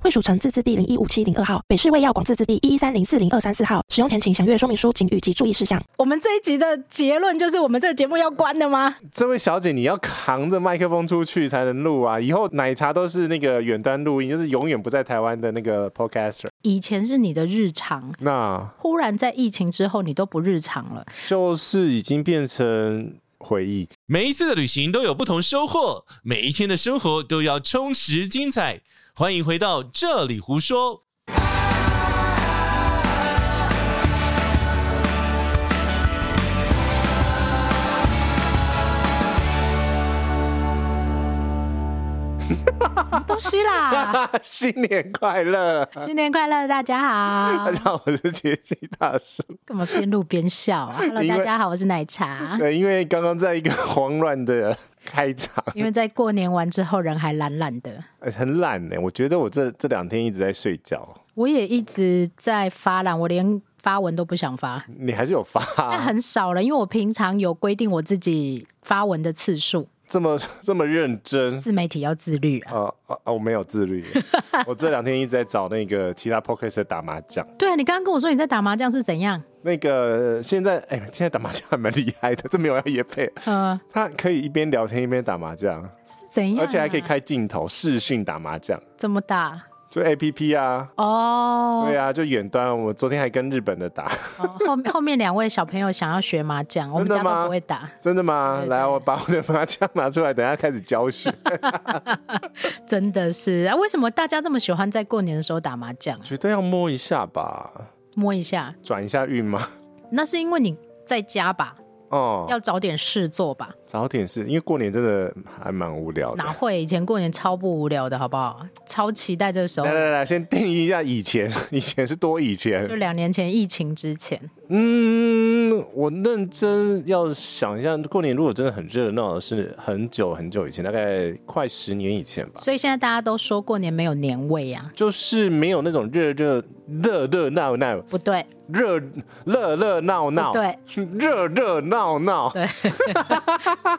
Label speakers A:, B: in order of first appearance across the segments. A: 惠蜀城自治地零一五七零二号，北市卫药广自治地一一三零四零二三四号。使用前请详阅说明书请及注意事项。
B: 我们这一集的结论就是，我们这个节目要关了吗？
C: 这位小姐，你要扛着麦克风出去才能录啊！以后奶茶都是那个远端录音，就是永远不在台湾的那个 podcaster。
B: 以前是你的日常，
C: 那
B: 忽然在疫情之后，你都不日常了。
C: 就是已经变成回忆。
D: 每一次的旅行都有不同收获，每一天的生活都要充实精彩。欢迎回到这里胡说。
B: 什么东西 啦？
C: 新年快乐！
B: 新年快乐，大家好
C: 大！家好，我是杰西大叔。
B: 干嘛边录边笑啊？Hello，
C: 因为
B: 大家好，我是奶茶。
C: 对，因为刚刚在一个慌乱的开场，
B: 因为在过年完之后，人还懒懒的。
C: 呃很懒呢、我觉得我这这两天一直在睡觉，
B: 我也一直在发懒，我连发文都不想发，
C: 你还是有发、啊
B: 但很少了，因为我平常有规定我自己发文的次数。
C: 这么这么认真。
B: 自媒体要自律啊！
C: 呃呃，呃我没有自律，我这两天一直在找那个其他 p o c k e t 打麻将。
B: 对啊，你刚刚跟我说你在打麻将是怎样？
C: 那个现在哎、现在打麻将还蛮厉害的，这没有要也配，
B: 呃，
C: 他可以一边聊天一边打麻将，
B: 是怎样啊、
C: 而且还可以开镜头视讯打麻将，
B: 怎么打？
C: 就 A P P 啊，
B: 哦，
C: 对啊，就远端。我昨天还跟日本的打，
B: 哦后面后面两位小朋友想要学麻 将，我们
C: 真
B: 家
C: 的
B: 都
C: 吗
B: 不会打，
C: 真的吗？
B: 对对
C: 来，啊我把我的麻将拿出来，等一下开始教学。
B: 真的是啊！为什么大家这么喜欢在过年的时候打麻将？
C: 觉得要摸一下吧，
B: 摸一下，
C: 转一下运吗？
B: 那是因为你在家吧，
C: 哦，
B: 要找点事做吧？
C: 早点是因为过年真的还蛮无聊的
B: 哪。会？以前过年超不无聊的，好不好？超期待这个时候
C: 来，来来，先定义一下以前， 以前是多以前
B: 就。两年前疫情之前，
C: 嗯，我认真要想一下，过年如果真的很热闹，是很久很久以前，大概快十年以前吧。
B: 所以现在大家都说过年没有年味啊，
C: 就是没有那种热热热热闹闹、
B: 不对，
C: 热热热闹闹，
B: 对，
C: 热热闹闹、
B: 对，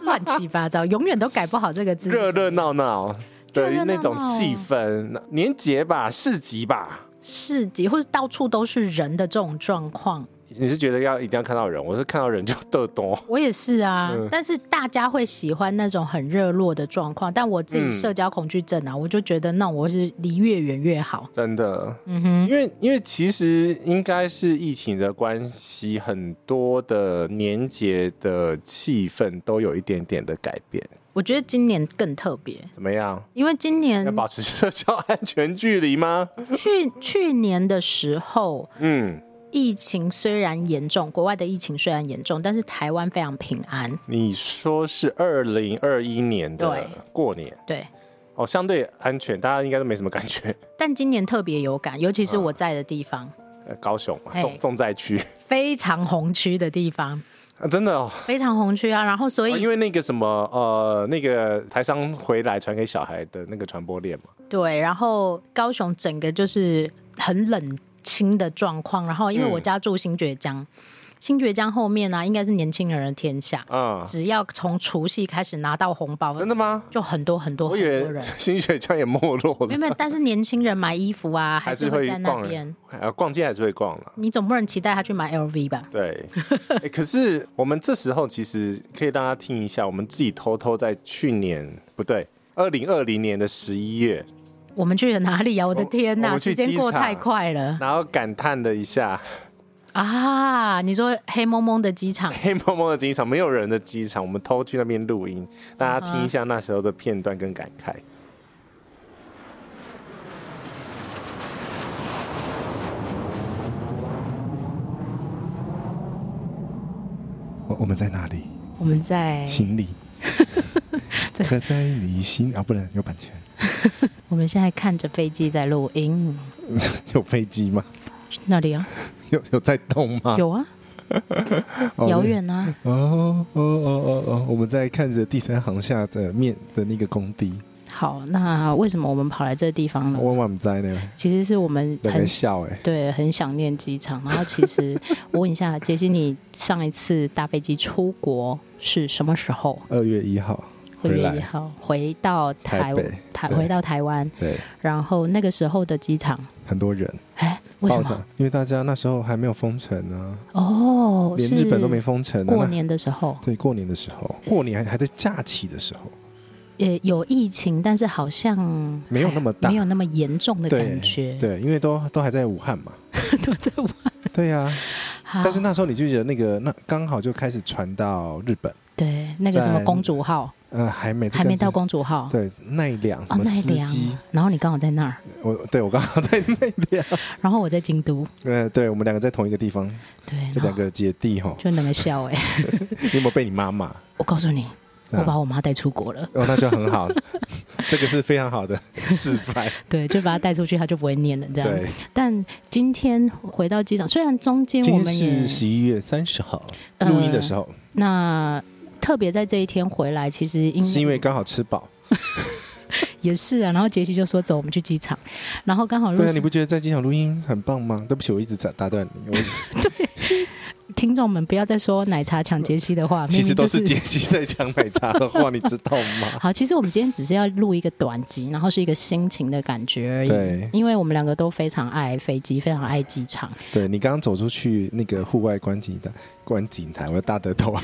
B: 乱七八糟，永远都改不好这个字。
C: 热热闹闹
B: 热
C: 的
B: 热闹闹
C: 那种气氛，年节吧、市集吧，
B: 市集或者到处都是人的这种状况，
C: 你是觉得要一定要看到人，我是看到人就 得多。
B: 我也是啊，
C: 嗯
B: 但是大家会喜欢那种很热络的状况，但我自己社交恐惧症啊，
C: 嗯
B: 我就觉得那我是离越远越好。
C: 真的，
B: 嗯哼，
C: 因为因为其实应该是疫情的关系，很多的年节的气氛都有一点点的改变。
B: 我觉得今年更特别，
C: 怎么样？
B: 因为今
C: 要
B: 年
C: 保持社交安全距离吗？
B: 去去年的时候，
C: 嗯，
B: 疫情虽然严重，国外的疫情虽然严重，但是台湾非常平安。
C: 你说是二零二一年的
B: 对
C: 过年
B: 对，
C: 哦，相对安全，大家应该都没什么感觉。
B: 但今年特别有感，尤其
C: 嗯
B: 是我在的地方，
C: 呃，高雄嘛，
B: 嘿
C: 重重灾区
B: 非常红区的地方，
C: 啊，真的哦，
B: 非常红区啊。然后所以、
C: 因为那个什么呃，那个台商回来传给小孩的那个传播链嘛，
B: 对，然后高雄整个就是很冷清的状况。然后因
C: 嗯
B: 为我家住新觉江，新觉江后面呢、啊应该是年轻人的天下。
C: 嗯，
B: 只要从除夕开始拿到红包，
C: 真的吗？
B: 就很多很多
C: 我
B: 很
C: 以
B: 多
C: 为
B: 人。
C: 新雪江也没落了，
B: 没有没有，但是年轻人买衣服啊，还是会在那
C: 逛
B: 边
C: 人。，呃，逛街还是会逛了。
B: 你总不能期待他去买 LV 吧？
C: 对、诶可是我们这时候其实可以让他听一下，我们自己偷偷在去年不对，二零二零年的十一月，
B: 我们去了哪里啊？我的天
C: 我
B: 呐，
C: 们去
B: 时间
C: 机
B: 过太
C: 场
B: 快了
C: 然后感叹了一下
B: 啊！你说黑蒙蒙的机场，
C: 黑蒙蒙的机场，没有人的机场，我们偷去那边录音，大
B: 嗯
C: 家听一下那时候的片段跟感慨。我我们在哪里？
B: 我们在
C: 行李，刻在你心啊，不能有版权。
B: 我们现在看着飞机在录音，
C: 有飞机吗？
B: 那里啊，
C: 有有在动吗？
B: 有啊，
C: 哦
B: 遥远啊，
C: 哦哦哦哦哦，我们在看着第三行下的面的那个工地，
B: 好，那为什么我们跑来这个地方呢？
C: 万万在呢，
B: 其实是我们嗯
C: 两
B: 很
C: 个笑哎、
B: 对很想念机场。然后其实我问一下杰西，你上一次搭飞机出国是什么时候？
C: 二月一号
B: 六
C: 回
B: 月一
C: 来，
B: 号回到台
C: 台北
B: 台
C: 对
B: 回到台湾，
C: 对，
B: 然后那个时候的机场，
C: 很多人
B: 哎，为什
C: 暴
B: 么
C: 涨？，因为大家那时候还没有封城呢、
B: 哦，
C: 连
B: 是
C: 日本都没封城、啊，
B: 过
C: 那
B: 年的时候，
C: 对过年的时候，过年还还在假期的时候，
B: 也有疫情，但是好像
C: 没有那么大
B: 哎没有那么严重的
C: 对
B: 感觉。
C: 对，因为都都还在武汉嘛，
B: 对，这我
C: 对呀、
B: 好
C: 但是那时候你就觉得那个那刚好就开始传到日本，
B: 对那个什么
C: 在
B: 公主号
C: 呃，还没
B: 还没到
C: 工，
B: 公主号，
C: 对奈良什
B: 哦
C: 么
B: 奈
C: 司
B: 良
C: 机，，
B: 然后你刚好在那儿，
C: 我对我刚好在奈良，
B: 然后我在京都，
C: 呃， 对我们两个在同一个地方，
B: 对，
C: 这两
B: 然后
C: 个姐 弟哈，
B: 就那个笑哎、
C: 你有没有被你妈骂？
B: 我告诉你，我
C: 啊
B: 把我妈带出国了，
C: 哦，那就很好，这个是非常 好的示范。
B: 对，就把她带出去，她就不会念了这样。
C: 对，
B: 但今天回到机场，虽然中间
C: 今
B: 我
C: 天
B: 们也
C: 是十一月三十号
B: 呃
C: 录音的时候，
B: 那特别在这一天回来，其实因
C: 是因为刚好吃饱。
B: 也是啊，然后杰西就说走，我们去机场，然后刚好路
C: 对啊，
B: 上
C: 你不觉得在机场录音很棒吗？对不起，我一直打打断
B: 啊
C: 你，我
B: 听众们不要再说奶茶抢杰西的话，
C: 其
B: 明
C: 实
B: 明
C: 都
B: 就是
C: 杰西在讲奶茶的 话，你知道吗？
B: 好，其实我们今天只是要录一个短集，然后是一个心情的感觉而已。
C: 对
B: 因为我们两个都非常爱飞机，非常爱机场。
C: 对你刚刚走出去那个户外观景台，观景台，我的大得头 啊！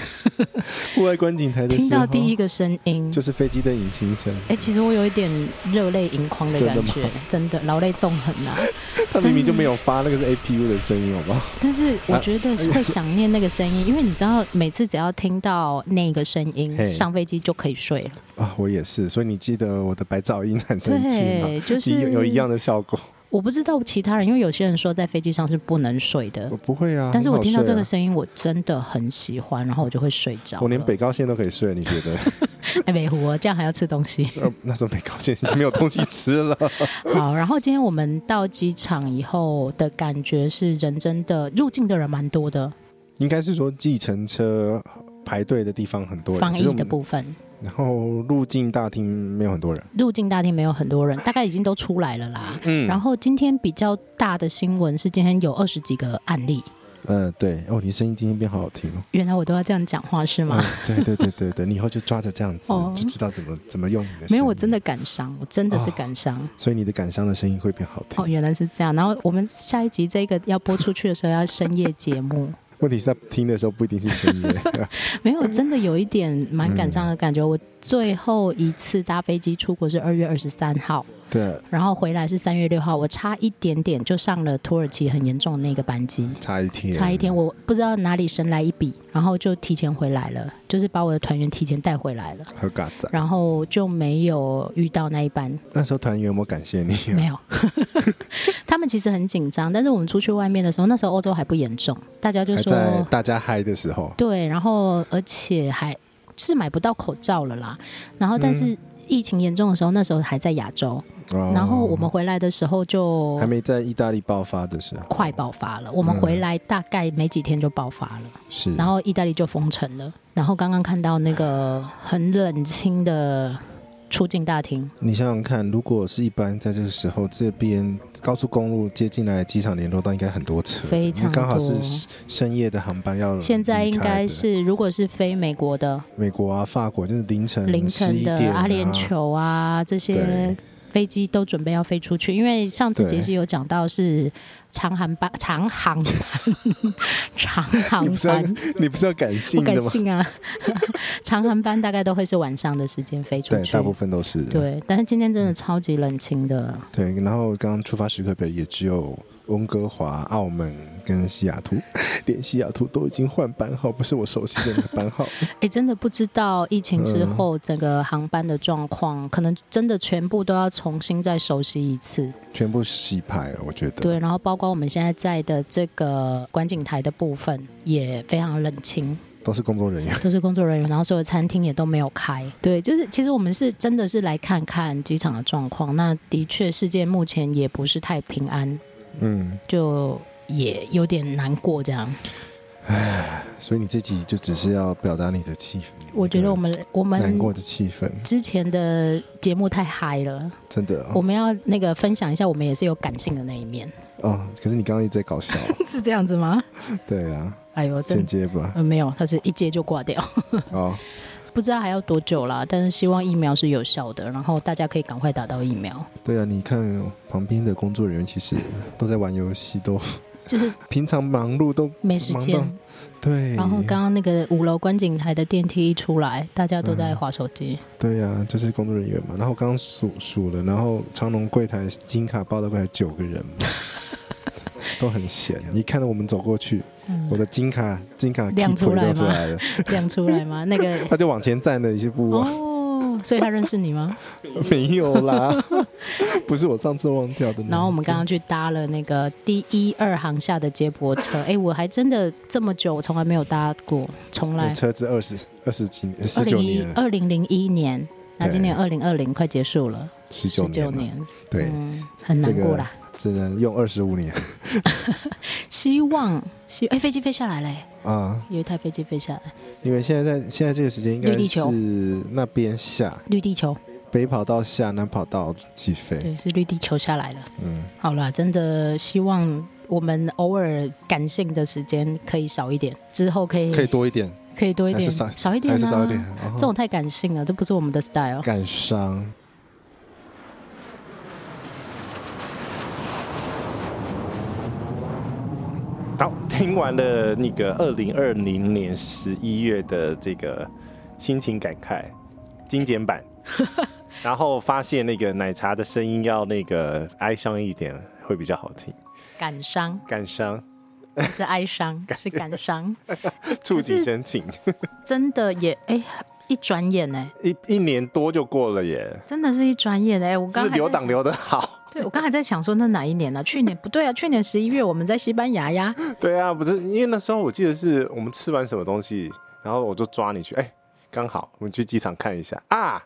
C: 户外观景台的
B: 听
C: 时候
B: 到，第一个声音，就
C: 就
B: 是
C: 飞机的引擎声，
B: 哎、其实我有一点热泪盈眶的感觉，真的劳累纵横 啊。
C: 他明明就没有发那个是 APU 的声音，好不好？
B: 但是我觉得会想念那个声音，因为你知道，每次只要听到那个声音，
C: 嘿
B: 上飞机就可以睡了。
C: 啊，我也是，所以你记得我的白噪音很生气吗？
B: 对，就是
C: 有有一样。的效果。
B: 我不知道其他人，因为有些人说在飞机上是不能睡的
C: 我，不会啊，
B: 但是我
C: 很好
B: 听到这个
C: 睡
B: 声音，我真的很喜欢，然后我就会睡着
C: 啊，
B: 了。
C: 我连北高线都可以睡，你觉得？
B: 哎，美湖哦，这样还要吃东西。
C: 呃，那时候北高线已经没有东西吃 了。
B: 好，然后今天我们到机场以后的感觉是，人真的入境的人蛮多的，
C: 应该是说计程车排队的地方很多人，
B: 防
C: 就是
B: 疫
C: 我
B: 的
C: 们
B: 部分，
C: 然后入境大厅没有很多人，
B: 入境大厅没有很多人，大概已经都出来了啦。
C: 嗯
B: 然后今天比较大的新闻是，今天有二十几个案例。
C: 嗯、对，哦，你声音今天变好好听哦。
B: 原来我都要这样讲话是吗？
C: 嗯，对对对对对，你以后就抓着这样子，
B: 哦
C: 就知道怎么怎么用你的。
B: 没有，我真的，感伤，我真的
C: 哦
B: 是感伤。
C: 所以你的感伤的声音会变好听。
B: 哦，原来是这样。然后我们下一集这个要播出去的时候，要深夜节目。
C: 问题是在听的时候不一定是声 音。
B: 没
C: 嗯
B: 有，真的有一点蛮感伤的感觉。我最后一次搭飞机出国是二月二十三号，
C: 对，
B: 然后回来是三月六号，我差一点点就上了土耳其很严重的那个班机。
C: 差一天，
B: 差一天，我不知道哪里神来一笔，然后就提前回来了，就是把我的团员提前带回来了，
C: 和嘎仔。
B: 然后就没有遇到那一班，
C: 那时候团员有没有感谢你、啊？
B: 没有。 他们其实很紧张，但是我们出去外面的时候，那时候欧洲还不严重，大家就
C: 还
B: 说
C: 在大家嗨的时候，
B: 对，然后而且还是买不到口罩了啦。然后
C: 嗯
B: 但是疫情严重的时候，那时候还在亚洲，然
C: 然
B: 后我们回来的时候就
C: 哦还没在意大利爆发的时候，
B: 快爆发了。我们
C: 嗯
B: 回来大概没几天就爆发了，
C: 是，
B: 然后意大利就封城了。然后刚刚看到那个很冷清的出境大厅，
C: 你想想看，如果是一般在这个时候，这边高速公路接进来机场联络道应该很多车，
B: 非常
C: 因为刚好
B: 多
C: 是深夜的航班要离开的
B: 现在应该是如果是飞美国的
C: 美国啊、法国，就是凌晨
B: 凌晨
C: 11
B: 的
C: 点、啊、
B: 阿联酋啊这些
C: 对。
B: 飞机都准备要飞出去，因为上次
C: 对
B: 杰西有讲到是长航班、 长航班、长
C: 你
B: 航
C: 不是要
B: 班，
C: 你不是要感
B: 不
C: 性
B: 敢
C: 的吗？
B: 信啊！ 长航班大概都会是晚上的时间飞出
C: 对，
B: 去
C: 大，部分嗯都是
B: 对。但是今天真的超级冷清的，
C: 对然后刚刚出发时刻表也只有温哥华、澳门跟西雅图，连西雅图都已经换班号，不是我熟悉的那个 班号。
B: 哎，真的不知道疫情之
C: 嗯
B: 后整个航班的状况，可能真的全部都要重新再熟悉一次。
C: 全部洗牌了，我觉得。
B: 对，然 后包括我们现在在的这个观景台的部分也非常冷清，
C: 都是工作人员。
B: 都是工作人员，然后所有餐厅也都没有开。对，就是其实我们是真的是来看看机场的状况。那的确，世界目前也不是太平安，
C: 嗯，
B: 就也有点难过这样。
C: 所以你这集就只是要表达你的气氛。
B: 我觉得我们我
C: 难
B: 们
C: 过的气氛，
B: 之前的节目太嗨了，
C: 真的
B: 我
C: 哦
B: 们要那个分享一下，我们也是有感性的那一面，
C: 哦。可是你刚刚一直在搞笑，
B: 是这样子吗？
C: 对啊，
B: 哎呦，真
C: 间接吧。
B: 呃没有，他是一接就挂掉，
C: 哦，
B: 不知道还要多久啦。但是希望疫苗是有效的，然后大家可以赶快打到疫苗。
C: 对啊，你看旁边的工作人员其实都在玩游戏，都
B: 就是
C: 平常忙碌都
B: 没时间
C: 忙，到嗯对，
B: 然后刚刚那个五楼观景台的电梯一出来，大家都在划手机。
C: 对呀、就是工作人员嘛。然后刚刚数数了，然后长隆柜台金卡报到柜台九个 人嘛，都很闲。一看到我们走过去，我的金卡金卡 key
B: 亮出嗯
C: 推
B: 来吗
C: 掉出来了，
B: 亮出来 吗？那个
C: 他就往前站了一些步啊，
B: 哦，所以他认识你吗？
C: 没有 啦，不是我上次忘掉的呢。
B: 然后我们刚刚去搭了那个第一二航下的接驳 车，哎，我还真的这么久我从来没有搭过，从
C: 我
B: 来
C: 车子二十二十几
B: 二
C: 十九
B: 零一
C: 年了，
B: 二零零一年，那今年二零二零快结束了，
C: 十
B: 十
C: 九
B: 九
C: 年了，
B: 年，
C: 对，
B: 嗯，很难
C: 这个
B: 过啦。
C: 只能用二十五年
B: 希望希哎飞机飞下来嘞，
C: 啊，
B: 有一台飞机飞下来，
C: 因为现在在现在这个时间应该
B: 绿地球
C: 是那边下
B: 绿地球，
C: 北跑道下南跑道起飞，
B: 对，是绿地球下来了。
C: 嗯，
B: 好啦，真的希望我们偶尔感性的时间可以少一点，之后可以
C: 可以多一点，
B: 可以多一
C: 还
B: 点，
C: 是少
B: 一点、啊，
C: 还是少一点，哦
B: 这种太感性了，这不是我们的 style。
C: 感伤。好，听完了那个二零二零年十一月的这个心情感慨精 简版，然后发现那个奶茶的声音要那个哀伤一点会比较好听，
B: 感伤
C: 感伤
B: 不是哀伤，是感伤，
C: 触景 生情，
B: 真的也哎、一转眼哎、
C: 一一年多就过了耶，
B: 真的是一转眼哎、我
C: 是
B: 刚
C: 不
B: 才
C: 是留
B: 在
C: 档
B: 想
C: 留的好。
B: 对我刚才在想说那哪一年呢、去年不对啊，去年十一月我们在西班牙呀，
C: 对啊，不是因为那时候我记得是我们吃完什么东西，然后我就抓你去，哎、刚好我们去机场看一下啊，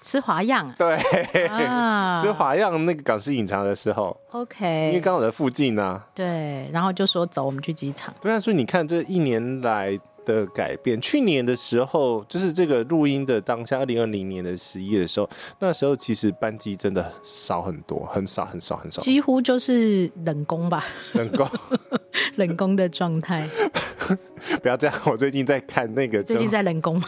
B: 吃华样 啊
C: 对，
B: 啊
C: 吃华样那个港式饮茶的时候，因为
B: ，OK，
C: 刚好在附近啊，
B: 对，然后就说走，我们去机场。
C: 对啊，所以你看这一年来的改变，去年的时候就是这个录音的当下，二零二零年的十一月的时候，那时候其实班机真的少很多，很少很少很少，
B: 几乎就是冷宫吧，
C: 能够
B: 冷宫的状态。
C: 不要这样，我最近在看那个
B: 最
C: 甄
B: 近
C: 嬛，
B: 在冷宫，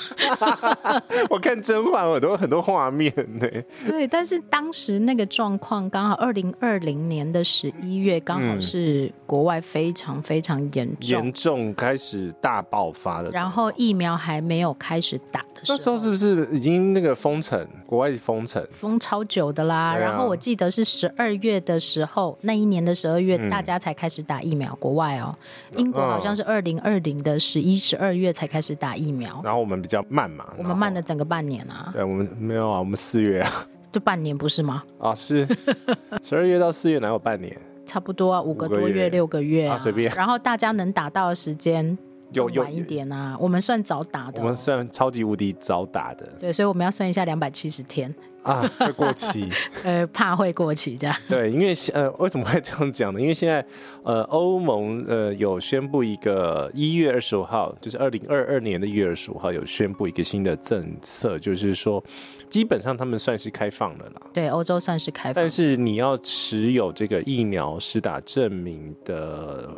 C: 我看甄嬛，我都有很多画面呢、
B: 对，但是当时那个状况刚好，二零二零年的十一月刚好
C: 嗯
B: 是国外非常非常严重，
C: 严重开始大爆发的。
B: 然后疫苗还没有开始打的时
C: 那
B: 候，
C: 时候是不是已经那个封城，国外封城？
B: 封超久的啦。
C: 对啊
B: 然后我记得是十二月的时候，那一年的十二月、
C: 嗯
B: 大家才开始打疫苗，国外哦，英国好像是二零二零的十一、十二月才开始打疫苗，
C: 然后我们比较慢嘛，
B: 我
C: 然后
B: 们慢了。整个半年啊，
C: 对，我们没有啊，我们四月啊，
B: 就半年不是吗？
C: 啊是十二月到四月哪有半年？
B: 差不多啊，五个
C: 个
B: 多
C: 月
B: 月、六个月
C: 啊随便
B: 然后大家能打到的时间
C: 有
B: 更
C: 有
B: 晚一，点啊，我们算早打的
C: 我
B: 哦、
C: 们算超级无敌早打的
B: 对，所以我们要算一下两百七十天，
C: 啊，会过 期。
B: 呃，怕会过期这样。
C: 对，因为现呃，为什么会这样讲呢？因为现在呃，欧盟呃有宣布一个一月二十五号，就是二零二二年的一月二十五号有宣布一个新的政策，就是说基本上他们算是开放了啦。
B: 对，欧洲算是开放
C: 但，是你要持有这个疫苗施打证明的，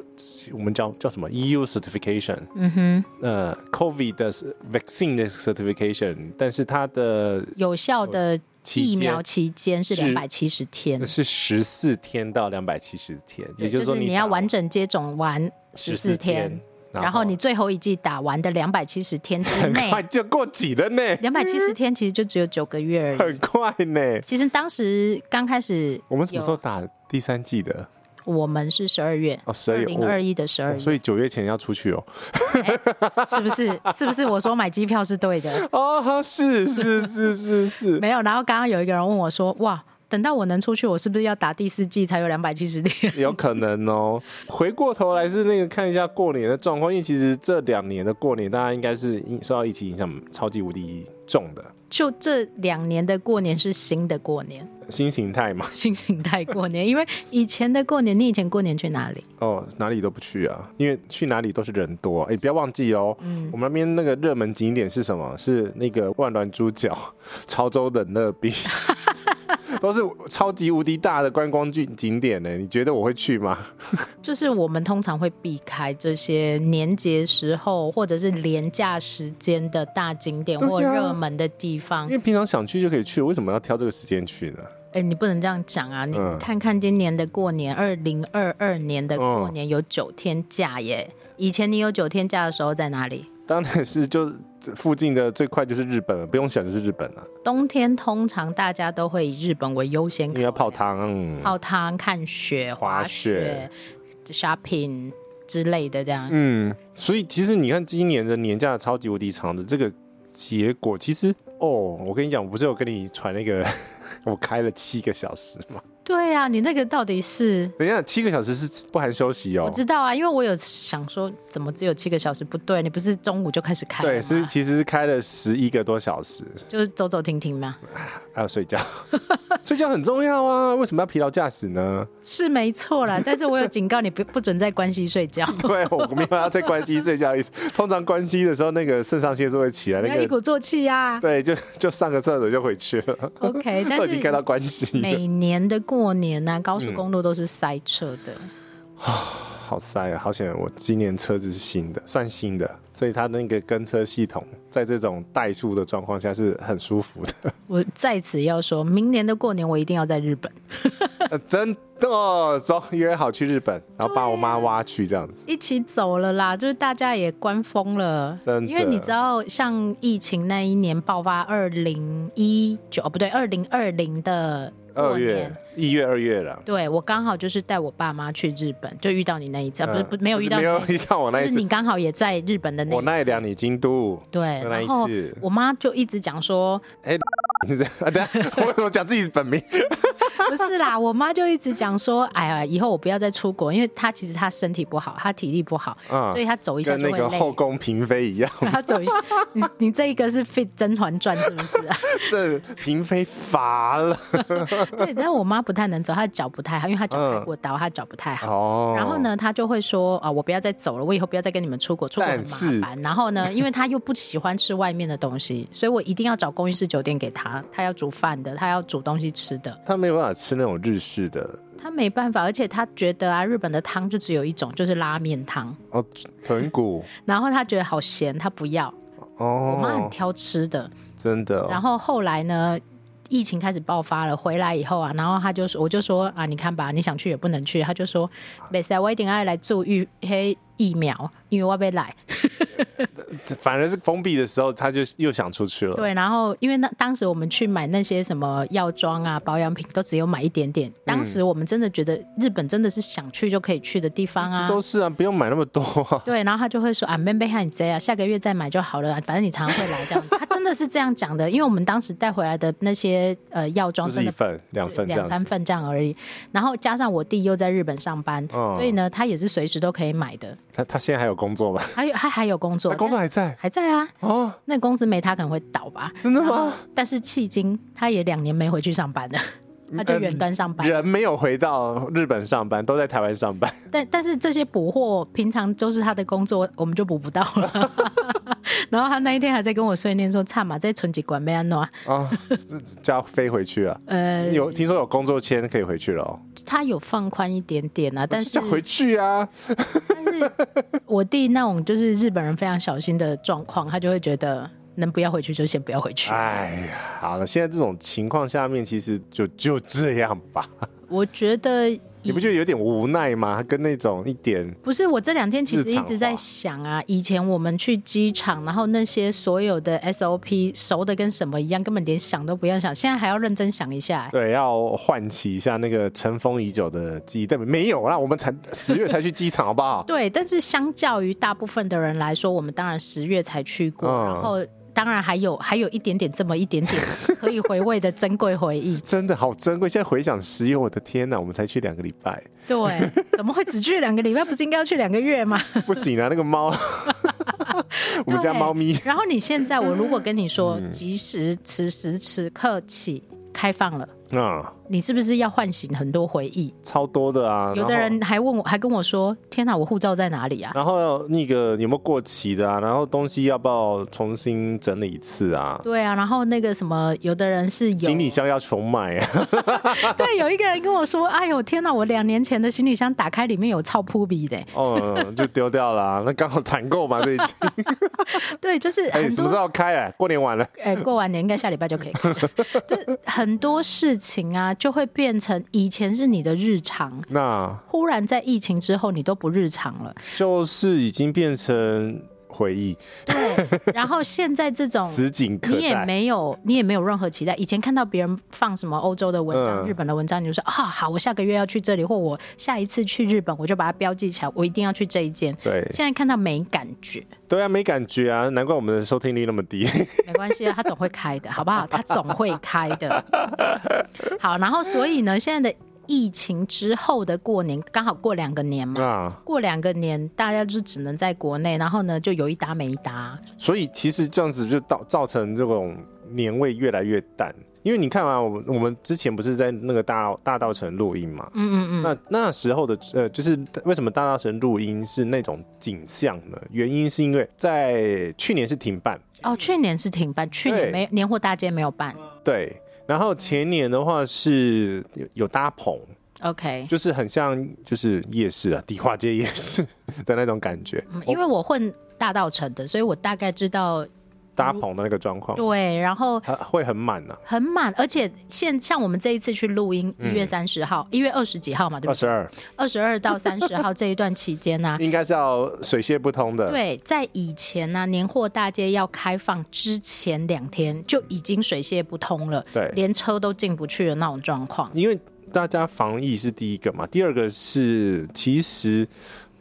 C: 我们叫叫什么 EU certification，
B: 嗯哼，
C: 呃，COVID 的 vaccine 的 certification，但是它的
B: 有效的
C: 期
B: 疫
C: 间
B: 苗期间是
C: 是
B: 两百七十天，
C: 是十四天到两百七十天，也就是说
B: 是
C: 你
B: 你要完整接种完十四
C: 14
B: 天，，
C: 然
B: 后你最后一季打完的两百七十天之
C: 很
B: 内，
C: 快就过期了呢，
B: 两百七十天其实就只有九个月而已
C: 很。快呢。
B: 其实当时刚开始，
C: 我们什么时候？打第三季的？
B: 我们是十二月，
C: 哦，十二
B: 二
C: 月
B: 零二一的十
C: 哦
B: 二
C: 哦
B: 月，
C: 所以九月前要出去哦。
B: 是不是？是不是我说买机票是对的？
C: 哦，是是是是是，
B: 没有。然后刚刚有一个人问我说：“哇，等到我能出去，我是不是要打第四季才有两百七十天？
D: 有可能哦。回过头来是那个看一下过年的状况，因为其实这两年的过年，大家应该是因受到疫情影响超级无敌重的
B: 就这两年的过年是新的过年，
D: 新形态嘛。
B: 新形态过年。因为以前的过年，你以前过年去哪里？
D: 哦，哪里都不去啊，因为去哪里都是人多。哎、不要忘记哦，我们那边那个热门景点是什么？是那个万峦猪脚、 潮州冷热冰，都是超级无敌大的观光景景点呢。你觉得我会去吗？
B: 就是我们通常会避开这些年节时候或者是廉价时间的大景点
D: 对啊
B: 或热门的地
D: 因
B: 方。
D: 为平常想去就可以去，为什么要挑这个时间去呢？
B: 哎、你不能这样讲啊！你
D: 嗯
B: 看看今年的过年，二零二二年的过
D: 哦
B: 年有九天假耶。以前你有九天假的时候在哪里？
D: 当然是就附近的最快就是日本了，不用想就是日本了，
B: 冬天通常大家都会以日本为优先
D: 因
B: 考
D: 为要泡
B: 量
D: 汤。嗯
B: 泡汤、看雪、
D: 滑
B: 滑雪、shopping 之类的，这样、
D: 嗯，所以其实你看今年的年假超级无敌长的这个结果，其实哦，我跟你讲，我不是有跟你传那个 我开了七个小时吗？
B: 对啊，你那个到底是？
D: 等一下，七个小时是不含休息
B: 我
D: 哦。
B: 知道啊，因为我有想说，怎么只有七个小时？不对，你不是中午就开始开了吗
D: 对，是其实是开了十一个多小时，
B: 就是走走停停嘛，
D: 还有睡觉， 睡觉很重要啊！为什么要疲劳驾驶呢？
B: 是没错啦。但是我有警告你不不准在关西睡觉，
D: 对，我没有要在关西睡觉的意思。通常关西的时候，那个肾上腺素会起来，
B: 不要
D: 那
B: 一
D: 个
B: 鼓作气 啊。
D: 对，就就上个厕所就回去了。
B: OK，但
D: 都已经
B: 是
D: 开到关西了，
B: 每年的过年呢、啊高速公路都是塞车的。
D: 嗯好塞啊！好险，我今年车子是新的，算新的，所以它那个跟车系统在这种怠速的状况下是很舒服的。
B: 我在此要说，明年的过年我一定要在日本。
D: 呃、真的哦，走约好去日本，然后把我
B: 啊
D: 妈挖去这样子。
B: 一起走了啦，就是大家也关封了，
D: 真的
B: 因为你知道，像疫情那一年爆发，二零一九哦不对，二零二零的过
D: 二月
B: 年，、
D: 一月、二月了，
B: 对我刚好就是带我爸妈去日本，就遇到你那一次，啊不是
D: 嗯
B: 不没有遇到
D: 没
B: 你那
D: 有
B: 一次，
D: 遇到 我那一
B: 就是
D: 次
B: 你，刚好也在日本的那
D: 我
B: 一次
D: 奈良你京都，
B: 对，
D: 那一
B: 然后
D: 次
B: 我妈就一直讲说，
D: 你这啊 等一下我怎么讲自己本名？
B: 不是啦，我妈就一直讲说，哎呀，以后我不要再出国，因为她其实她身体不好，她体力不好，
D: 嗯
B: 所以她走一下
D: 跟
B: 就会
D: 那
B: 累。
D: 个后宫嫔 妃一样，
B: 她走一下，你你这一个是《fit 甄嬛传》是不是、 啊？
D: 这嫔妃 乏了
B: 对，但我妈不太能走，她脚不太好，因为她脚开过刀，她脚不太好。
D: 哦。
B: 然后？呢，她就会说啊、我不要再走了，我以后不要再跟你们出国，出国很
D: 但是
B: 麻烦。然后 呢，因为她又不喜欢吃外面的东西，所以我一定要找公寓式酒店给她，她要煮饭的，她要煮东西吃的，
D: 他没有办法吃那种日式的
B: 她没办法。而且她觉得啊，日本的汤就只有一种，就是拉面汤，
D: 哦，豚骨
B: 然后她觉得好咸，她不要。我
D: 哦。
B: 妈很挑吃的，
D: 真的、哦。
B: 然后后来呢，疫情开始爆发了，回来以后啊，然后他就说，我就说啊，你看吧，你想去也不能去。他就说，没事，我一定要来做预黑疫苗，因为我被来。
D: 反而是封闭的时候，他就又想出去了。，
B: 对，然后因为那当时我们去买那些什么药妆啊、保养品，都只有买一点
D: 嗯
B: 点。当时我们真的觉得日本真的是想去就可以去的地方啊
D: 这。都是啊，不用买那么多、啊。
B: 对，然后他就会说啊，妹妹看你这样，下个月再买就好了啊，反正你常常会来 这样。他真的是这样讲的，因为我们当时带回来的那些呃药妆
D: 就是
B: 真
D: 一
B: 的
D: 份、两份这
B: 两
D: 样
B: 三
D: 子，
B: 份这样而已。然后加上我弟又在日本上班，
D: 嗯
B: 所以呢，他也是随时都可以买的。
D: 他他现在还有工作吗？
B: 还有他还有工作，
D: 他工作还在
B: 但还在啊。
D: 哦，
B: 那公司没他可能会倒吧？
D: 真的吗？
B: 但是迄今他也两年没回去上班了，
D: 嗯
B: 他就远端上班。
D: 人没有回到日本上班，都在台湾上班。
B: 但但是这些补货平常都是他的工作，我们就补不到 了。然后他那一天还在跟我碎念说：“差嘛，这存几管没安暖。
D: 啊，这叫飞回去啊！”
B: 呃，
D: 有听说有工作签可以回去了、哦，
B: 他有放宽一点点啊，但是
D: 叫回去啊！
B: 但是我弟那种就是日本人非常小心的状况，他就会觉得能不要回去就先不要回去。
D: 哎呀，好了，现在这种情况下面，其实就就这样吧。
B: 我觉得以
D: 你不觉得有点无奈吗？跟那种一点
B: 不是，我这两天其实一直
D: 日常化
B: 在想啊，以前我们去机场，然后那些所有的 SOP 熟的跟什么一样，根本连想都不要想，现在还要认真想一下、
D: 对，要唤起一下那个尘封已久的记忆。但没有啦，我们才十月才去机场，好 不好？
B: 对，但是相较于大部分的人来说，我们当然十月才去过，
D: 嗯
B: 然后当然还有还有一点点这么一点点可以回味的珍贵回忆。
D: 真的好珍贵。现在回想十月，我的天哪，我们才去两个礼 拜，
B: 对，怎么会只去两个礼拜？不是应该要去两个月吗？
D: 不行啊，那个猫，我们家
B: 对
D: 猫咪，
B: 然后你现在，我如果跟你说，即时此时此刻起开放了。
D: 啊，
B: 你是不是要唤醒很多回忆？
D: 超多的嗯啊。
B: 有的
D: 然后
B: 人还问我，还跟我说：“天哪，我护照在哪里啊
D: 然后那个有没有过期的啊？然后东西要不要重新整理一次啊？”？
B: 对啊，然后那个什么，有的人是有
D: 行李箱要重买啊？
B: 对，有一个人跟我说：“哎呦，天哪！我两年前的行李箱打开，里面有超扑鼻的。
D: 哦，就丢掉了、啊。那刚好团购 嘛，最近。”
B: 对，就是
D: 哎、
B: 很
D: 什么时
B: 多
D: 候开啊？过年完了。
B: 哎、过完年应该下礼拜就 可以开了。就很多事情啊，就会变成以前是你的日常，
D: 那
B: 忽然在疫情之后，你都不日常 了。
D: 就是已经变成回忆，
B: 然后现在这种
D: 此景可
B: 哦你也
D: 待。
B: 没有，你也没有任何期待。以前看到别人放什么欧洲的文章、
D: 嗯
B: 日本的文章，你就说啊，好，我下个月要去这里，或我下一次去日本，我就把它标记起来，我一定要去这一间。
D: 对
B: 现在看到没感觉，
D: 对啊，没感觉啊，难怪我们的收听率那么低。
B: 没关系，啊它总会开的，好不好？它总会开的。好，然后所以呢，现在的疫情之后的过年，刚好过两个年嘛。
D: 啊，
B: 过两个年，大家就只能在国内，然后呢，就有一搭没一搭。
D: 所以其实这样子就造造成这种年味越来越淡。因为你看啊，我们我们之前不是在那个大大道城录音嘛，
B: 嗯嗯嗯，
D: 那那时候的呃，就是为什么大大神录音是那种景象呢？原因是因为在去年是停办，
B: 哦，去年是停办，去年
D: 对
B: 没年货大街没有办。
D: 对，然后前年的话是有有搭棚，
B: OK，
D: 就是很像就是夜市啊，迪化街夜市 的那种感觉，哦
B: 嗯因为我混大道城的，所以我大概知道
D: 搭棚的那个状况，
B: 对，然后
D: 它会很满呐、啊，
B: 很满，而且现像我们这一次去录音，一
D: 嗯
B: 月三十号、一、月二十几号嘛，对
D: 二
B: 不对？
D: 十二
B: 二十二到三十号这一段期间啊呢、
D: 应该是要水泄不通的，
B: 对，在以前呢、年货大街要开放之前两天就已经水泄不通了，
D: 对
B: 连车都进不去的那种状况。
D: 因为大家防疫是第一个嘛，第二个是其实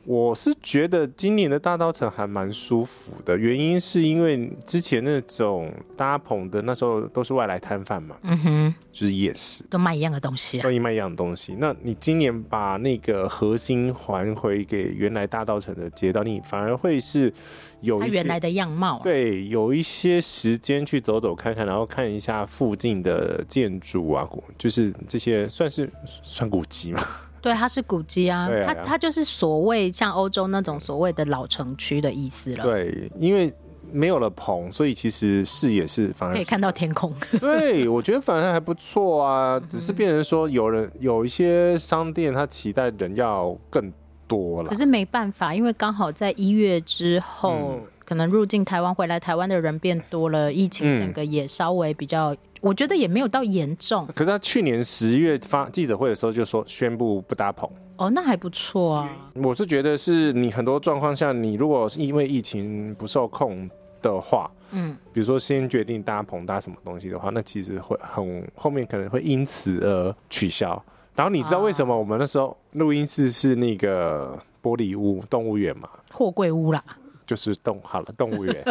D: 我是觉得今年的大稻城还蛮舒服的，原因是因为之前那种搭棚的那时候都是外来摊贩嘛，
B: 嗯哼，
D: 就是夜市。
B: 都卖一样的东西、啊。
D: 都一卖一样的东西，那你今年把那个核心还回给原来大稻城的街道，你反而会是有
B: 它
D: 一
B: 原来
D: 些
B: 的样貌、啊，
D: 对有一些时间去走走看看，然后看一下附近的建筑啊，古就是这些算是算古迹嘛，
B: 对，它是古迹啊，
D: 对啊
B: 它它就是所谓像欧洲那种所谓的老城区的意思了。
D: 对，因为没有了棚，所以其实视野是反而
B: 可以看到天空。
D: 对，我觉得反而还不错啊。只是变成说，有人有一些商店，他期待人要更多了
B: 可。是没办法，因为刚好在一月之后，可能入境台湾回来，台湾的人变多了，疫情
D: 嗯
B: 整个也稍微比较，我觉得也没有到严重
D: 可是他去年十月发记者会的时候就说宣布不搭棚，
B: 哦，那还不错啊。
D: 我是觉得是你很多状况下，你如果是因为疫情不受控的话，
B: 嗯，
D: 比如说先决定搭棚搭什么东西的话，那其实会很后面可能会因此而取消。然后你知道为什么我们那时候录音室是那个玻璃屋动物园嘛？
B: 货柜屋啦，
D: 就是动好了动物园，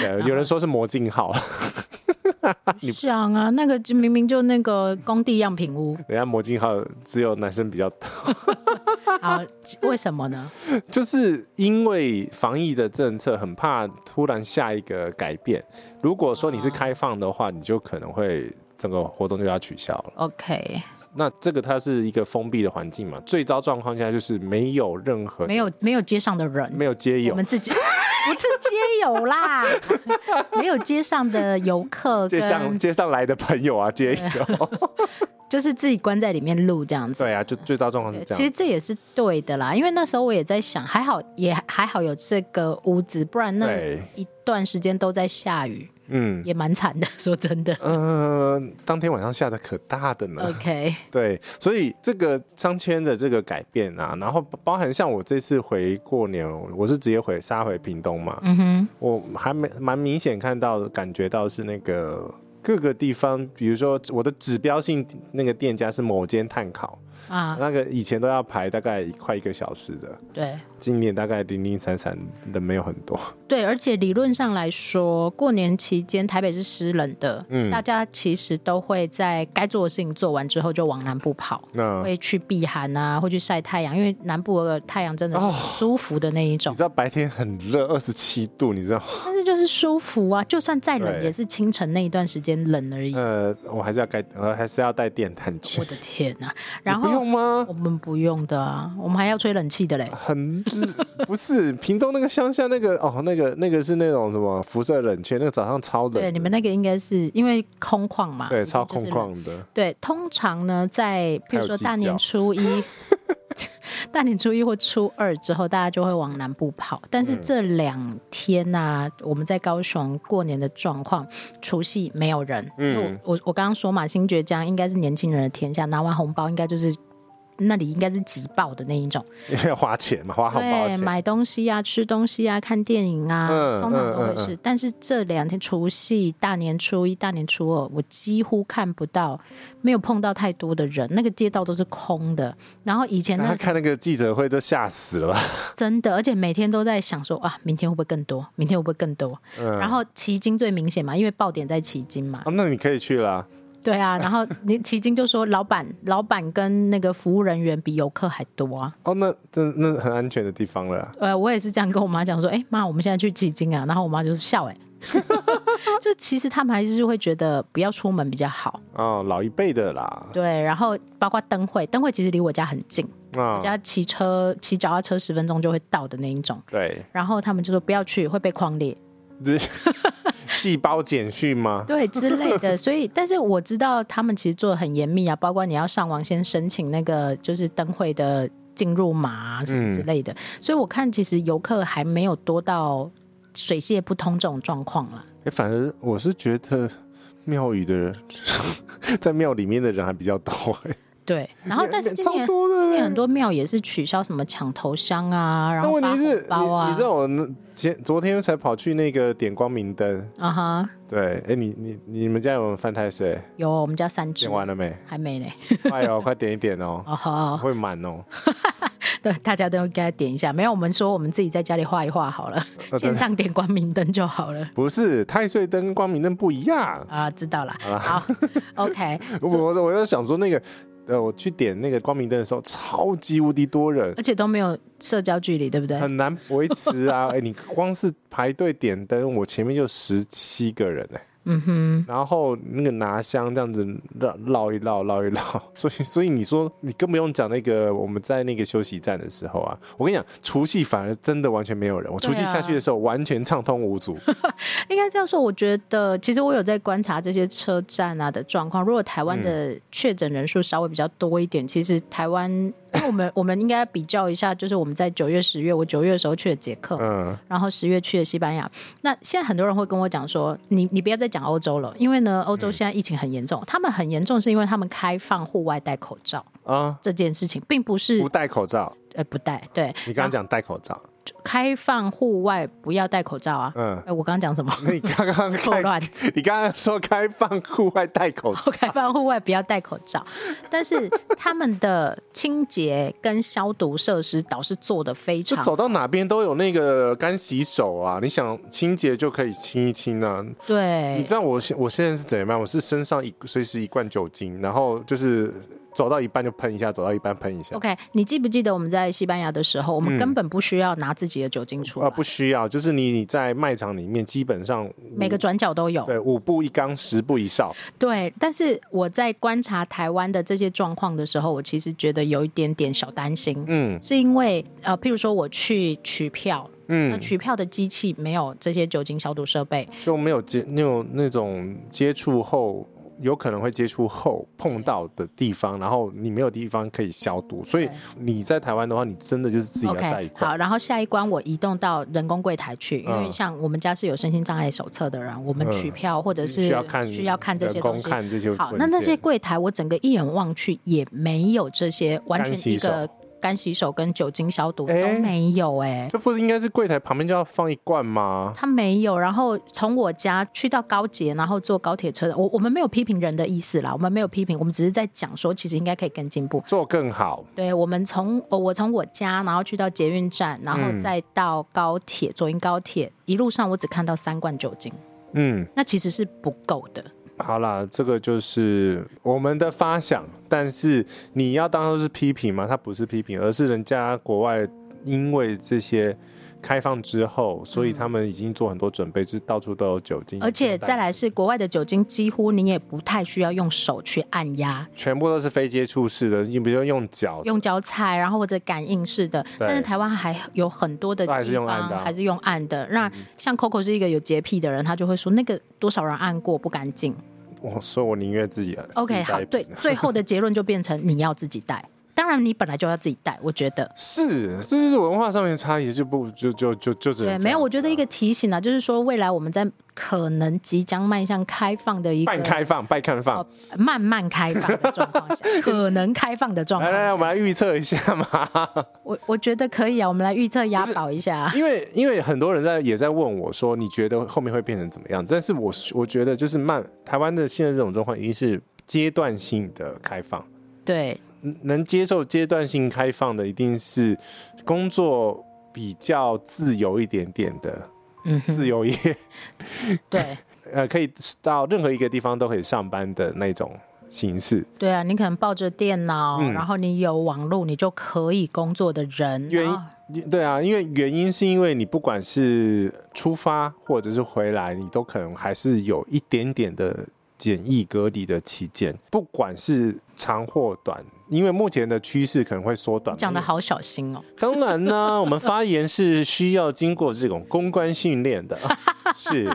D: 对，有人说是魔镜号，
B: 是啊啊，那个就明明就那个工地样品 屋
D: 人家魔镜号只有男生比较大，
B: 啊，为什么呢？
D: 就是因为防疫的政策很怕突然下一个改变。如果说你是开放的话，你就可能会整个活动就要取消了。
B: OK，
D: 那这个它是一个封闭的环境嘛，最糟状况下就是没有任何
B: 没有没有街上的人，
D: 没有街
B: 啊我
D: 友
B: 们，自己 不是街友啦， 没有街上的游客
D: 街上
B: 跟
D: 街上来的朋友啊，街友，
B: 就是自己关在里面录这样子。
D: 对啊，就最糟状况是这
B: 其实
D: 样。
B: 这也是对的啦，因为那时候我也在想，还好也还好有这个屋子，不然那
D: 对
B: 一段时间都在下雨，
D: 嗯
B: 也蛮惨的。说真 的
D: 呃，当天晚上下的可大的呢。
B: ，OK，
D: 对，所以这个商圈的这个改变啊，然后包包含像我这次回过年，我是直接回杀回屏东嘛，
B: 嗯哼，
D: 我还没蛮明显看到感觉到是那个各个地方，比如说我的指标性那个店家是某间炭烤，
B: 啊，
D: 那个以前都要排大概快一个小时的，
B: 对
D: 今年大概零零散散，人没有很多。
B: 对，而且理论上来说，过年期间台北是湿冷的，
D: 嗯
B: 大家其实都会在该做的事情做完之后就往南部跑。
D: 那
B: 会去避寒啊，会去晒太阳，因为南部的太阳真的是
D: 哦
B: 很舒服的那一种
D: 你知。道白天很热，二十七度，你知道吗？
B: 但是就是舒服啊，就算再冷
D: 对
B: 也是清晨那一段时间冷而已。
D: 呃，我还是要盖，我还是要带电毯
B: 嗯
D: 去
B: 我。的天呐、然
D: 你不
B: 后
D: 用吗
B: 我？们不用的啊，我们还要吹冷气的嘞。
D: 很 不是屏东那个乡下那个哦，那个那个是那种什么辐射冷却，那个早上超冷的。
B: 对，你们那个应该是因为空旷嘛，
D: 对
B: 一定
D: 超
B: 就是
D: 空
B: 冷
D: 旷的，
B: 对，通常呢，在比
D: 还
B: 如
D: 有
B: 说
D: 计
B: 大
D: 较
B: 年初一、 大年初一或初二之后，大家就会往南部跑。但
D: 嗯
B: 是这两天呢、我们在高雄过年的状况，除夕没有人。因为
D: 嗯
B: 我我我刚刚说嘛，新觉江应该是年轻人的天下，拿完红包应该就是。那里应该是挤爆的那一种，
D: 因为要花钱嘛，花红包
B: 对，
D: 钱。
B: 买东西啊、吃东西啊、看电影啊，
D: 嗯
B: 通常都
D: 嗯嗯
B: 会是。但是这两天除夕、大年初一、大年初二，我几乎看不到，没有碰到太多的人，那个街道都是空的。然后以前
D: 那
B: 那
D: 他
B: 是
D: 看那个记者会都吓死了吧？
B: 真的，而且每天都在想说啊，明天会不会更多？明天会不会更多？
D: 嗯，
B: 然后旗津最明显嘛，因为爆点在旗津嘛，
D: 啊，那你可以去啦。
B: 对啊。然后你旗津就说，老板，老板跟那个服务人员比游客还多啊。
D: 哦，那那那很安全的地方了啦。
B: 呃，我也是这样跟我妈讲说，哎、妈，我们现在去基金啊，然后我妈就是笑、哎， 就其实他们还是会觉得不要出门比较好，
D: 哦，老一辈的啦。
B: 对，然后包括灯会，灯会其实离我家很近，
D: 啊
B: 我，家骑车骑脚踏车十分钟就会到的那一种，
D: 对，
B: 然后他们就说不要去，会被框列，
D: 这细胞简讯吗？
B: 对之类的， 所以但是我知道他们其实做的很严密啊，包括你要上网先申请那个就是灯会的进入码、啊、什么之类的，所以我看其实游客还没有多到水泄不通这种状况啦。
D: 哎，反而我是觉得庙宇的人 在庙里面的人还比较多、欸。
B: 对，然后但是今
D: 超
B: 年
D: 多的
B: 今
D: 嘞
B: 年很多庙也是取消什么抢头香啊，然
D: 那
B: 后
D: 问
B: 发
D: 题是，
B: 红包
D: 你
B: 啊，
D: 你知道我那前昨天才跑去那个点光明灯，
B: 啊哈，
D: 对，哎，你你你们家有没有饭太岁？
B: 有我们家三只
D: 点，完了没？
B: 还没呢，
D: 快哦，快点一点哦，
B: 哦好，
D: 会满哦。
B: 对，大家都应该点一下，没有我们说我们自己在家里画一画好了，
D: 哦真的
B: 线上点光明灯就好了。
D: 不是太岁灯、光明灯不一样。
B: 啊，知道了。 好，OK，
D: 我我我就想说那个，呃，我去点那个光明灯的时候，超级无敌多人，
B: 而且都没有社交距离，对不对？
D: 很难维持啊！哎、你光是排队点灯，我前面就十七个人哎、
B: 嗯哼，
D: 然后那个拿香这样子绕绕一绕，绕一绕， 所以所以你说你更不用讲那个我们在那个休息站的时候啊，我跟你讲，除夕反而真的完全没有人，我除夕
B: 对啊
D: 下去的时候完全畅通无 阻，
B: 应该这样说。我觉得，其实我有在观察这些车站啊的状况。如果台湾
D: 嗯
B: 的确诊人数稍微比较多一点，其实台湾，因为我们我们应该比较一下，就是我们在九月、十月，我九月的时候去了捷克，
D: 嗯，
B: 然后十月去了西班牙。那现在很多人会跟我讲说，你你不要再讲欧洲了，因为呢，
D: 嗯
B: 欧洲现在疫情很严重。他们很严重是因为他们开放户外戴口罩
D: 啊，
B: 这件事情，并不是啊
D: 不戴口罩，
B: 呃不戴对。
D: 你刚刚讲戴口罩，
B: 开放户外不要戴口罩啊。
D: 嗯
B: 哎，我刚刚讲什么？
D: 那你刚刚
B: 错
D: 开
B: 乱。
D: 你刚刚说开放户外戴口罩，
B: 开放户外不要戴口 罩，但是他们的清洁跟消毒设施倒是做的非
D: 就
B: 常
D: 走到哪边都有那个干洗手啊，你想清洁就可以清一清啊。你
B: 对
D: 知，道我现我现在是怎么样？我是身上一随时一罐酒精，然后就是走到一半就喷一下，走到一半喷一下。
B: OK，你记不记得我们在西班牙的时候，我们
D: 嗯
B: 根本不需要拿自己的酒精出来，
D: 啊，不需要，就是你你在卖场里面基本上五
B: 每个转角都有。
D: 对五步一缸，十步一哨，
B: 对，但是我在观察台湾的这些状况的时候，我其实觉得有一点点小担心，
D: 嗯
B: 是因为呃，譬如说我去取票，那
D: 嗯，
B: 取票的机器没有这些酒精消毒设备，
D: 就没有接那种那种接触后。有可能会接触后碰到的地方，然后你没有地方可以消毒，所以
B: 对
D: 你在台湾的话，你真的就是自己要带一
B: OK，
D: 罐。
B: 好，然后下一关我移动到人工柜台去，因为
D: 嗯
B: 像我们家是有身心障碍手册的人，我们取票或者是
D: 需要看
B: 需要看这些
D: 人工
B: 东西。
D: 看这些
B: 好，
D: 文
B: 那那
D: 件
B: 些柜台我整个一眼望去也没有这些，完
D: 干
B: 全
D: 洗
B: 一个干洗手跟酒精消毒都
D: 哎
B: 没有哎、
D: 这不是应该是柜台旁边就要放一罐吗？
B: 他没有，然后从我家去到高捷，然后坐高铁车的。我我们没有批评人的意思啦，我们没有批评，我们只是在讲说，其实应该可以更进步。
D: 做更好，
B: 对，我们从呃我从我家，然后去到捷运站，然后
D: 嗯
B: 再到高铁，左营高铁，一路上我只看到三罐酒精，
D: 嗯，
B: 那其实是不够的。
D: 好啦，这个就是我们的发想，但是你要当做是批评吗？它不是批评，而是人家国外因为这些开放之后，所以他们已经做很多准备，就是到处都有酒精，
B: 而且再来是国外的酒精，几乎你也不太需要用手去按压，
D: 全部都是非接触式的，你比如说用脚，
B: 用脚踩，然后或者感应式的。
D: 对
B: 但是台湾还有很多的地
D: 那
B: 方
D: 还是用按的啊嗯
B: 还是用按的那像 Coco 是一个有洁癖的人，他就会说那个多少人按过不干净。
D: 我说我宁愿自己来
B: OK，
D: 自己带啊
B: 好，对，最后的结论就变成你要自己带。当然，你本来就要自己带，我觉得。
D: 是，这就是文化上面的差异，就不就就就就只能
B: 对，
D: 这
B: 没有，
D: 样
B: 我觉
D: 子
B: 得
D: 啊
B: 一个提醒啊，就是说未来我们在可能即将迈向开放的一个
D: 半开放半开放
B: 哦，慢慢开放的状况下， 可能开放的状
D: 来
B: 况
D: 来来，
B: 下，
D: 我们来预测一 下嘛。
B: 我我觉得可以啊，我们来预测押宝一下。啊
D: 因为因为很多人在也在问我说，你觉得后面会变成怎么样？但是我我觉得就是慢，台湾的现在这种状况已经是阶段性的开放，
B: 对，
D: 嗯能接受阶段性开放的一定是工作比较自由一点点的
B: 嗯哼，
D: 自由业，
B: 对
D: 呃，可以到任何一个地方都可以上班的那种形式。
B: 对啊，你可能抱着电脑，
D: 嗯
B: 然后你有网络，你就可以工作的人。
D: 原
B: 然
D: 因
B: 后
D: 对啊，因为原因是因为你不管是出发或者是回来，你都可能还是有一点点的检疫隔离的期间，不管是长或短，因为目前的趋势可能会缩短。
B: 讲的，好小心哦，
D: 当然呢，我们发言是需要经过这种公关训练 的，是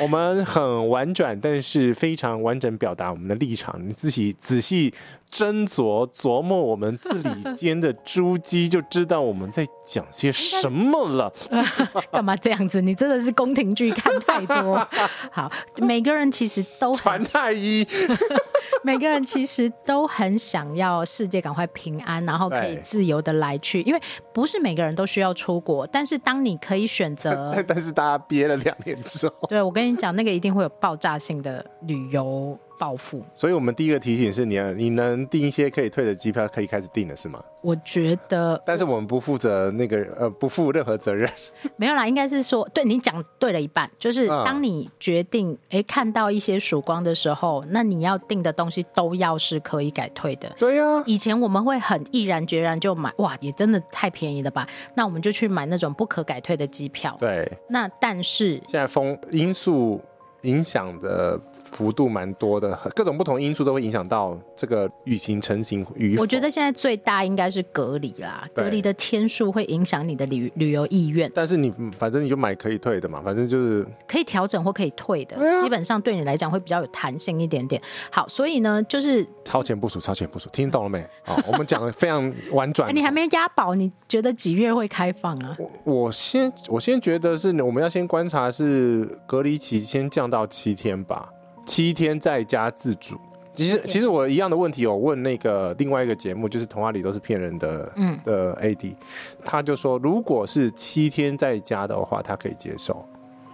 D: 我们很婉转，但是非常完整表达我们的立场。你自己仔细斟酌琢磨我们字里间的珠玑，就知道我们在讲些什么了。
B: 干嘛这样子？你真的是宫廷剧看太多。 好，每个人其实都很
D: 传太医，
B: 每个人其实都很想要世界赶快平安，然后可以
D: 对
B: 自由的来去，因为不是每个人都需要出国，但是当你可以选 择，
D: 但是大家憋了两年之后，
B: 对我跟你讲，那个一定会有爆炸性的旅游报复。
D: 所以我们第一个提醒是你要，你能订一些可以退的机票，可以开始订了，是吗？
B: 我觉得
D: 但是我们不负责那个呃，不负任何责任。
B: 没有啦，应该是说，对你讲对了一半，就是
D: 嗯
B: 当你决定诶看到一些曙光的时候，那你要订的东西都要是可以改退的。
D: 对呀、
B: 以前我们会很毅然决然就买，哇，也真的太便宜了吧？那我们就去买那种不可改退的机票。
D: 对，
B: 那但是
D: 现在风因素影响的幅度蛮多的，各种不同因素都会影响到这个雨行成型与否。
B: 我觉得，现在最大应该是隔离啦，
D: 对
B: 隔离的天数会影响你的旅旅游意愿，
D: 但是你反正你就买可以退的嘛，反正就是
B: 可以调整或可以退的，
D: 啊
B: 基本上对你来讲会比较有弹性一点点。好，所以呢，就是、
D: 超前部署，超前部署，听懂了没？好，我们讲的非常 婉
B: 哎
D: 转。
B: 你还没押宝，你觉得几月会开放啊？
D: 我先我先觉得是我们要先观察是隔离期先降到七天吧，七天在家自主。其实其实我一样的问题有问那个另外一个节目，就是《童话里都是骗人的》
B: 嗯
D: 的 AD，他就说如果是七天在家的话，他可以接受。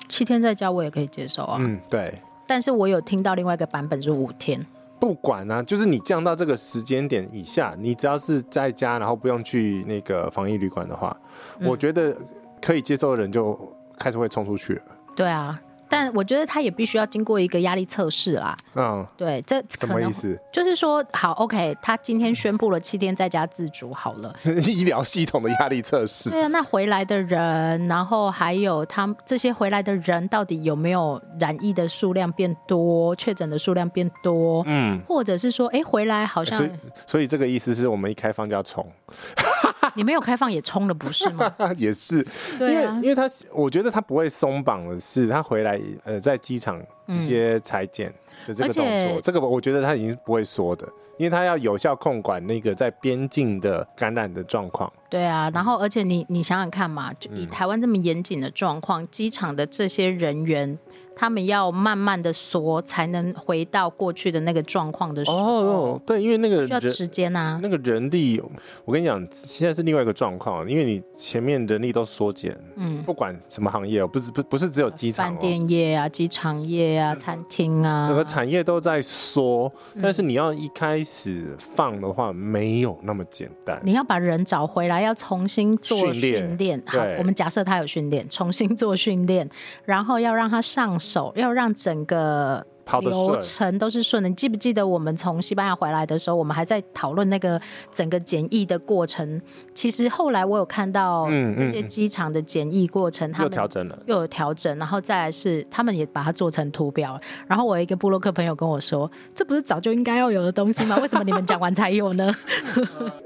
B: 七天在家我也可以接受啊，
D: 嗯，对，
B: 但是我有听到另外一个版本是五天，
D: 不管啊，就是你降到这个时间点以下，你只要是在家，然后不用去那个防疫旅馆的话，
B: 嗯
D: 我觉得可以接受的人就开始会冲出去了。
B: 对啊，但我觉得他也必须要经过一个压力测试啦，
D: 嗯，
B: 对，这
D: 什
B: 可
D: 么
B: 能
D: 意思？
B: 就是说，好，OK，他今天宣布了七天在家自主好了。
D: 医疗系统的压力测试。
B: 对啊，那回来的人，然后还有他们这些回来的人，到底有没有染疫的数量变多，确诊的数量变多，
D: 嗯，
B: 或者是说，哎，回来好
D: 所以
B: 像
D: 所以这个意思是我们一开放就要冲，
B: 你没有开放也冲了，不是吗？
D: 也 是，因
B: 对
D: 为
B: 啊
D: 因为他我觉得他不会松绑的是，他回来呃在机场直接裁剪的这个动
B: 嗯而
D: 作，
B: 且
D: 这个我觉得他已经是不会说的，因为他要有效控管那个在边境的感染的状况。
B: 对啊，然后而且你你想想看嘛，就
D: 嗯
B: 以台湾这么严谨的状况，机场的这些人员，他们要慢慢的缩，才能回到过去的那个状况的时候，
D: 哦，对，因为那个
B: 需要
D: 人
B: 时间啊。
D: 那个人力，我跟你讲，现在是另外一个状况，因为你前面人力都缩减，
B: 嗯，
D: 不管什么行业哦，不是不不是只有机场
B: 饭
D: 哦，
B: 店业啊，机场业啊，餐厅啊，
D: 整个产业都在缩，
B: 嗯
D: 但是你要一开始放的话，没有那么简单。
B: 你要把人找回来，要重新做
D: 训练
B: 训练。好
D: 对，
B: 我们假设他有训练，重新做训练，然后要让他上手，要让整个
D: 跑得
B: 流
D: 顺
B: 程都是顺的。你记不记得我们从西班牙回来的时候，我们还在讨论那个整个检疫的过程？其实后来我有看到
D: 嗯嗯
B: 这些机场的检疫过程，他
D: 又
B: 们
D: 调整了，
B: 又有调整，然后再来是他们也把它做成图表。然后我有一个布洛克朋友跟我说：“这不是早就应该要有的东西吗？为什么你们讲完才有呢？”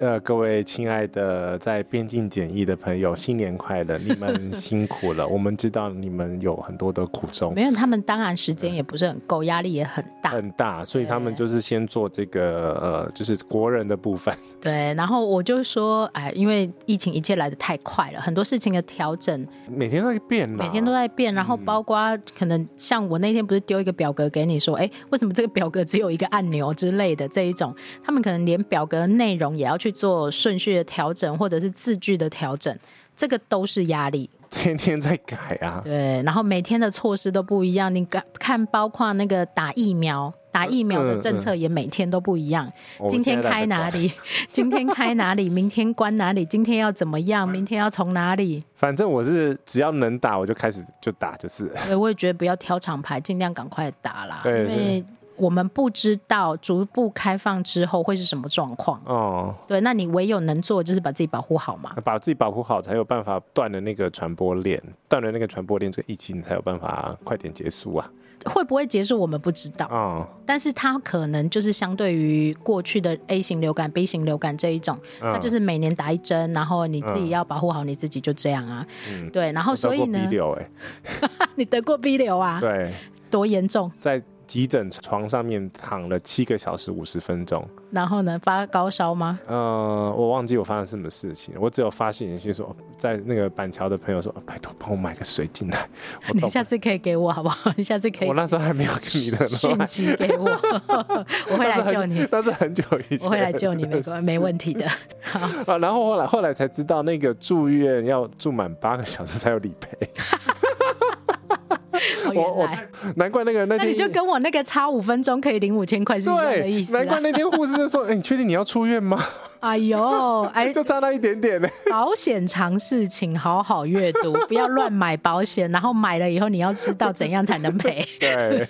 D: 呃，各位亲爱的在边境检疫的朋友，新年快乐！你 们辛苦了，我们知道你们有很多的苦衷
B: 没有，他们当然时间也不是很够，压力也很大。
D: 很大，所以他们
B: 对
D: 就是先做这个呃，就是国人的部分。
B: 对，然后我就说，哎，因为疫情一切来得太快了，很多事情的调整
D: 每天都在变啦，
B: 每天都在变，然后包括可能像我那天不是丢一个表格给你说，哎，为什么这个表格只有一个按钮之类的这一种，他们可能连表格内容也要去做顺序的调整，或者是字句的调整，这个都是压力。
D: 天天在改啊。
B: 对，然后每天的措施都不一样，你看看，包括那个打疫苗。打疫苗的政策也每天都不一样，
D: 哦我们
B: 今天
D: 现在在
B: 开哪
D: 改？
B: 里， 今天开哪里，明天关哪里，今天要怎么样，明天要从哪里？
D: 反正我是只要能打，我就开始就打，就是了
B: 对，我也觉得不要挑厂牌，尽量赶快打啦，
D: 对
B: 因为我们不知道逐步开放之后会是什么状况。
D: 哦，
B: 对，那你唯有能做的就是把自己保护好嘛。
D: 把自己保护好，才有办法断了那个传播链，断了那个传播链，这个疫情才有办法快点结束啊。
B: 会不会结束我们不知道，
D: 哦，
B: 但是它可能就是相对于过去的 A 型流感、B 型流感这一种，
D: 嗯
B: 它就是每年打一针，然后你自己
D: 嗯
B: 要保护好你自己，就这样啊。
D: 嗯
B: 对，然后
D: 我
B: 所
D: 得
B: 以
D: 过
B: 呢
D: 鼻，流哎，
B: 你得过 B 流啊？
D: 对，
B: 多严重？
D: 在急诊床上面躺了七个小时五十分钟。
B: 然后呢，发高烧吗？
D: 呃，我忘记我发生什么事情，我只有发信息说，哦在那个板桥的朋友说，哦拜托帮我买个水进来。我
B: 你
D: 懂
B: 下次可以给我好不好？ 你下次可以
D: 我那时候还没有跟你的
B: 讯息给我， 我会来救你，
D: 那是很久以前，
B: 我会来救你，没关没问 题的。哦
D: 啊，然后后来后来才知道，那个住院要住满八个小时才有理赔，
B: 哦，
D: 我
B: 原
D: 我
B: 来，
D: 难怪那个人那
B: 那你
D: 天
B: 就跟我那个差五分钟可以领五千块是一样的意
D: 对，
B: 思
D: 难怪
B: 啊。
D: 那天护士就说：“哎，你确定你要出院吗
B: 哎呦，？” 哎，
D: 就差那一点点呢。
B: 保险常识，请好好阅 读，不要乱买保险，然后买了以后你要知道怎样才能 赔。
D: 对，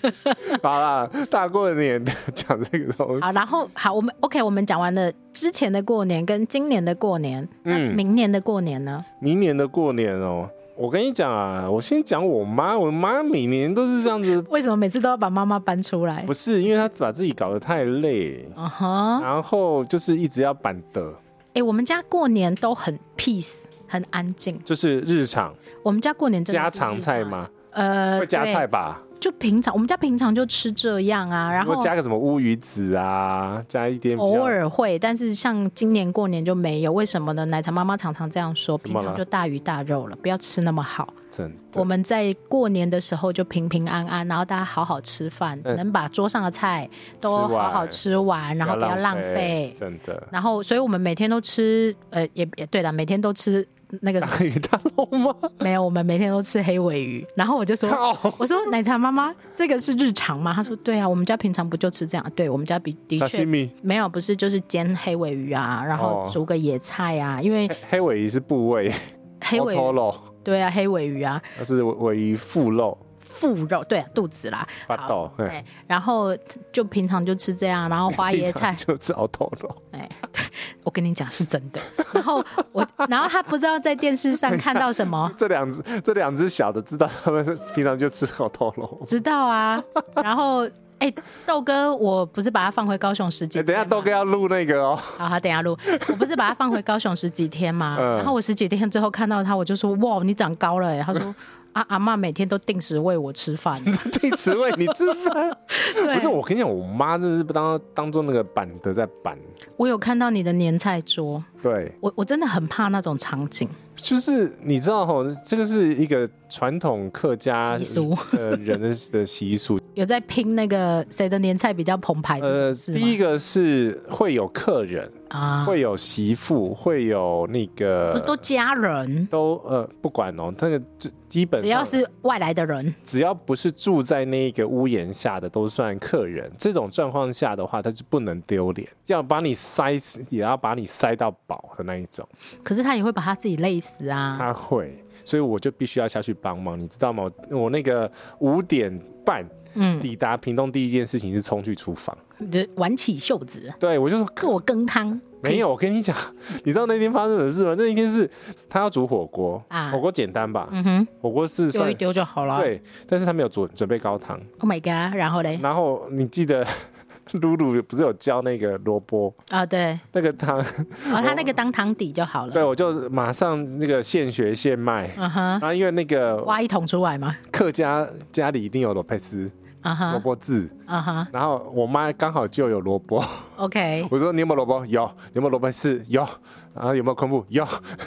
D: 好啦，大过年的讲这个东西
B: 好，，然后好，我们 OK，我们讲完了之前的过年跟今年的过年，那
D: 嗯
B: 明年的过年呢？
D: 明年的过年哦、我跟你讲啊，我先讲我妈，我妈每年都是这样子，
B: 为什么每次都要把妈妈搬出来
D: 不？是因为她把自己搞得太累，
B: 嗯哼，
D: 然后就是一直要板的，
B: 哎、我们家过年都很 peace，很安静。
D: 就是日常
B: 我们家过年真的是
D: 家常菜嘛，
B: 日常？呃，
D: 会加
B: 对，
D: 菜吧？
B: 就平常我们家平常就吃这样啊，然
D: 如
B: 后
D: 果加个什么乌鱼子啊，加一点比较
B: 偶尔会，但是像今年过年就没有，为什么呢？奶茶妈妈常常这样说，
D: 怎
B: 平
D: 么了
B: 常就大鱼大肉了，不要吃那么好。
D: 真的
B: 我们在过年的时候就平平安安，然后大家好好吃饭，
D: 嗯
B: 能把桌上的菜都
D: 吃完
B: 好好吃完，然后不要浪费。
D: 真 的。
B: 然后，所以我们每天都吃，呃，也也对了，每天都吃那个什么
D: 大鱼大肉吗？
B: 没有，我们每天都吃黑尾鱼。然后我 就说
D: 靠，
B: 我说奶茶妈妈，这个是日常吗？她说对啊，我们家平常不就吃这样？对我们家比的
D: 沙西
B: 确
D: 米
B: 没有，不是就是煎黑尾鱼啊，然后
D: 哦
B: 煮个野菜啊，因为
D: 黑尾鱼是部位，
B: 黑尾
D: 头
B: 鱼
D: 肉，
B: 对啊，黑尾鱼啊，
D: 那是尾尾鱼腹肉，
B: 腹肉对啊，肚子啦，
D: 八
B: 好哎
D: 斗，嘿
B: 对，然后就平常就吃这样，然后花椰菜
D: 平，常就是熬头肉，
B: 哎，我跟你讲是真的。然后我，然后他不知道在电视上看到什么，
D: 这两只这两只小的知道他们是平常就吃熬头肉。
B: 知道啊。 然后，哎、豆哥，我不是把它放回高雄十几
D: 哎，
B: 天、
D: 等一下豆哥，要录那个哦，
B: 好，好，等一下录。我不是把它放回高雄十几天吗？
D: 嗯
B: 然后我十几天之后看到他，我就说：“哇，你长高了耶！”他说：“ 啊，阿嬷每天都定时喂我吃 饭，
D: 对词汇你吃饭？
B: 对
D: 不是，我跟你讲，我妈真的是当当做那个板的在板。
B: 我有看到你的年菜桌，
D: 对，
B: 我我真的很怕那种场景，
D: 就是你知道吼，这个是一个传统客家
B: 习俗
D: 呃人的的习俗。
B: 有在拼那个谁的年菜比较澎湃这
D: 呃，
B: 种事吗？
D: 第一个是会有客人，
B: 啊，
D: 会呃有媳妇，会有那
B: 不
D: 个
B: 是都家人，
D: 都呃不管哦，那个就基本上
B: 只要是外来的人，
D: 只要不是住在那个屋檐下的都算客人。这种状况下的话，他就不能丢脸，要把你塞死，也要把你塞到饱的那一种。
B: 可是他也会把他自己累死啊。
D: 他会，所以我就必须要下去帮忙，你知道吗？我我那个五点半
B: 嗯，
D: 抵达屏东，第一件事情是冲去厨房，
B: 就挽起袖子
D: 对我就说
B: 做羹汤，
D: 没有，我跟你讲，
B: 嗯
D: 你知道那天发生什么事吗？那一天是他要煮火锅，
B: 啊
D: 火锅简单吧？
B: 嗯哼，
D: 火锅是
B: 丢
D: 算
B: 一丢就好了。
D: 对，但是他没有准准备高汤。
B: ，Oh my god，然后嘞，
D: 然后你记得 露露不是有教那个萝卜
B: 啊对，
D: 那个汤？
B: 然后他那个当汤底就好
D: 对，
B: 了。
D: 我就马上那个现学现卖。
B: 嗯哼，
D: 然后因为那个
B: 挖一桶出来嘛。
D: 客家家里一定有萝卜丝、
B: 啊
D: 萝
B: 哈，
D: 卜字，
B: 啊哈
D: 然后我妈刚好就有萝卜，
B: ，OK，
D: 我说你有没有萝卜？有，你有没有萝卜丝？有，然后有没有昆布？有，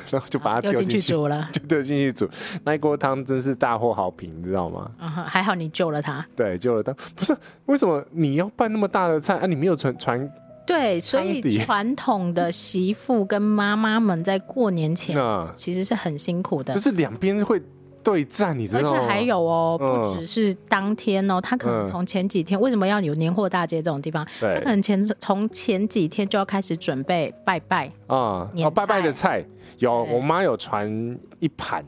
D: 然后就把它
B: 丢
D: 丢
B: 进
D: 进
B: 去
D: 去。
B: 煮了。
D: 就丢进去煮，那一锅汤真是大获好评，你知道吗？
B: 嗯哼，还好你救了他。
D: 对，救了汤。不是为什么你要拌那么大的菜啊？你没有传传
B: 对，所
D: 汤
B: 以
D: 底
B: 传统的媳妇跟妈妈们在过年前
D: 那，
B: 其实是很辛苦的
D: 就。是两边会对战，你知
B: 而且
D: 道吗？
B: 还有哦，
D: 嗯
B: 不只是当天哦，他可能
D: 嗯
B: 从前几天，为什么要有年货大街这种地方？他
D: 对
B: 可能前从前几天就要开始准备拜拜，
D: 啊、
B: 年
D: 哦，拜拜的菜有，
B: 对
D: 我妈有传一盘，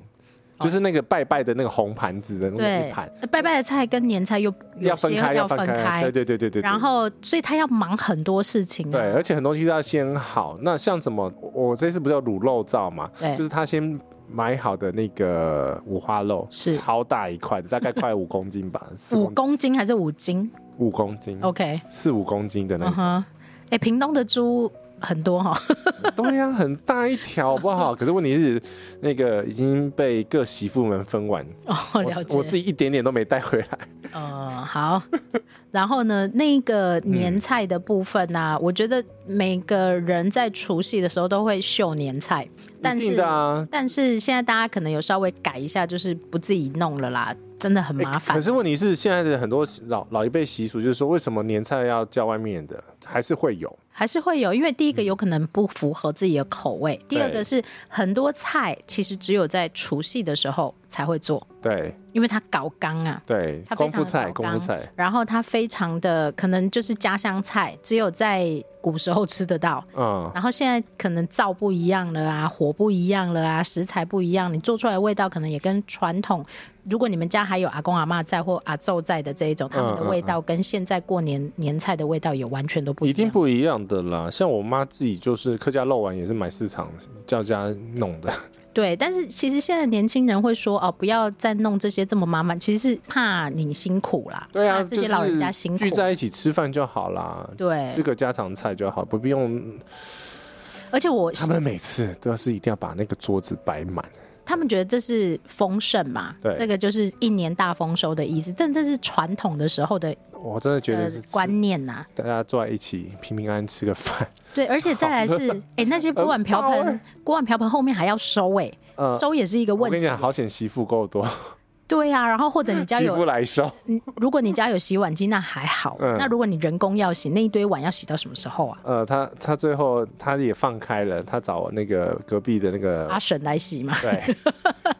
D: 就是那个拜拜的那个红盘子的那个
B: 对
D: 一盘，，
B: 呃拜拜的菜跟年菜又有
D: 要
B: 些
D: 分开，
B: 要
D: 分
B: 分开，
D: 对对对对对。
B: 然后所以他要忙很多事情、啊，
D: 对，而且很多东西都要先好。那像什么，我我这次不是有卤肉燥嘛，
B: 对
D: 就是他先买好的那个五花肉，
B: 是
D: 超大一块的，大概快五公 斤吧，四
B: 五
D: 公
B: 公斤还是五斤
D: 五公斤，
B: ？OK，
D: 四五公斤的
B: 嗯
D: 那种。
B: 哼，哎，屏东的猪很多哈、
D: 对呀、很大一条，好不好？可是问题是，那个已经被各媳妇们分完，
B: 哦，
D: 我
B: 了
D: 自
B: 解，
D: 我自己一点点都没带回来。
B: 呃，好。然后呢，那个年菜的部分呢、
D: 嗯
B: 我觉得每个人在除夕的时候都会秀年菜， 但
D: 一定
B: 是、
D: 的啊，
B: 但是现在大家可能有稍微改一下，就是不自己弄了啦，真的很
D: 诶
B: 麻烦。
D: 可是问题是，现在的很多老老一辈习俗就是说，为什么年菜要叫外面的？还是会有。
B: 还是会有，因为第一个有可能不符合自己的口味，第二个是很多菜其实只有在除夕的时候才会做，
D: 对
B: 因为它搞刚啊。
D: 对
B: 它，非
D: 功
B: 常
D: 夫
B: 的
D: 菜，
B: 搞
D: 功夫
B: 纲
D: 菜。
B: 然后它非常的可能就是家乡菜，只有在古时候吃得到。
D: 嗯，
B: 然后现在可能灶不一样了啊，火不一样了啊，食材不一样，你做出来的味道可能也跟传统，如果你们家还有阿公阿嬷在或阿昼在的这一种，他们的味道跟现在过年年菜的味道也完全都不一
D: 一
B: 样。
D: 定不一样的啦。像我妈自己就是客家肉丸，也是买市场叫家 弄的。
B: 对，但是其实现在年轻人会说哦，不要再弄这些这么麻烦，其实是怕你辛苦啦，
D: 对啊，
B: 怕这些老人家辛苦
D: 就是聚。在一起吃饭就好啦，
B: 对
D: 吃个家常菜就好，不必用。
B: 而且我
D: 他
B: 他们
D: 们每次都是一定要把那个桌子摆满。
B: 觉得这是丰盛嘛，
D: 对
B: 这个就是一年大丰收的意思，但这是传统的时候的
D: 我真的觉
B: 呃
D: 得是吃
B: 观念呐、
D: 大家坐在一起平平安安吃个饭，
B: 对，而且再来是，哎、那些锅碗瓢
D: 很棒
B: 盆，锅碗瓢盆后面还要收、诶，
D: 呃
B: 收也是一个
D: 我
B: 问
D: 跟你
B: 题。
D: 讲，好险媳妇够多，
B: 对啊，然后或者你家
D: 媳妇
B: 有，
D: 来收。
B: 嗯如果你家有洗碗机，那还好。
D: 嗯
B: 那如果你人工要洗，那一堆碗要洗到什么时候啊？
D: 呃，他他最后他也放开了，他找那个隔壁的那个、
B: 阿婶来洗嘛。
D: 对，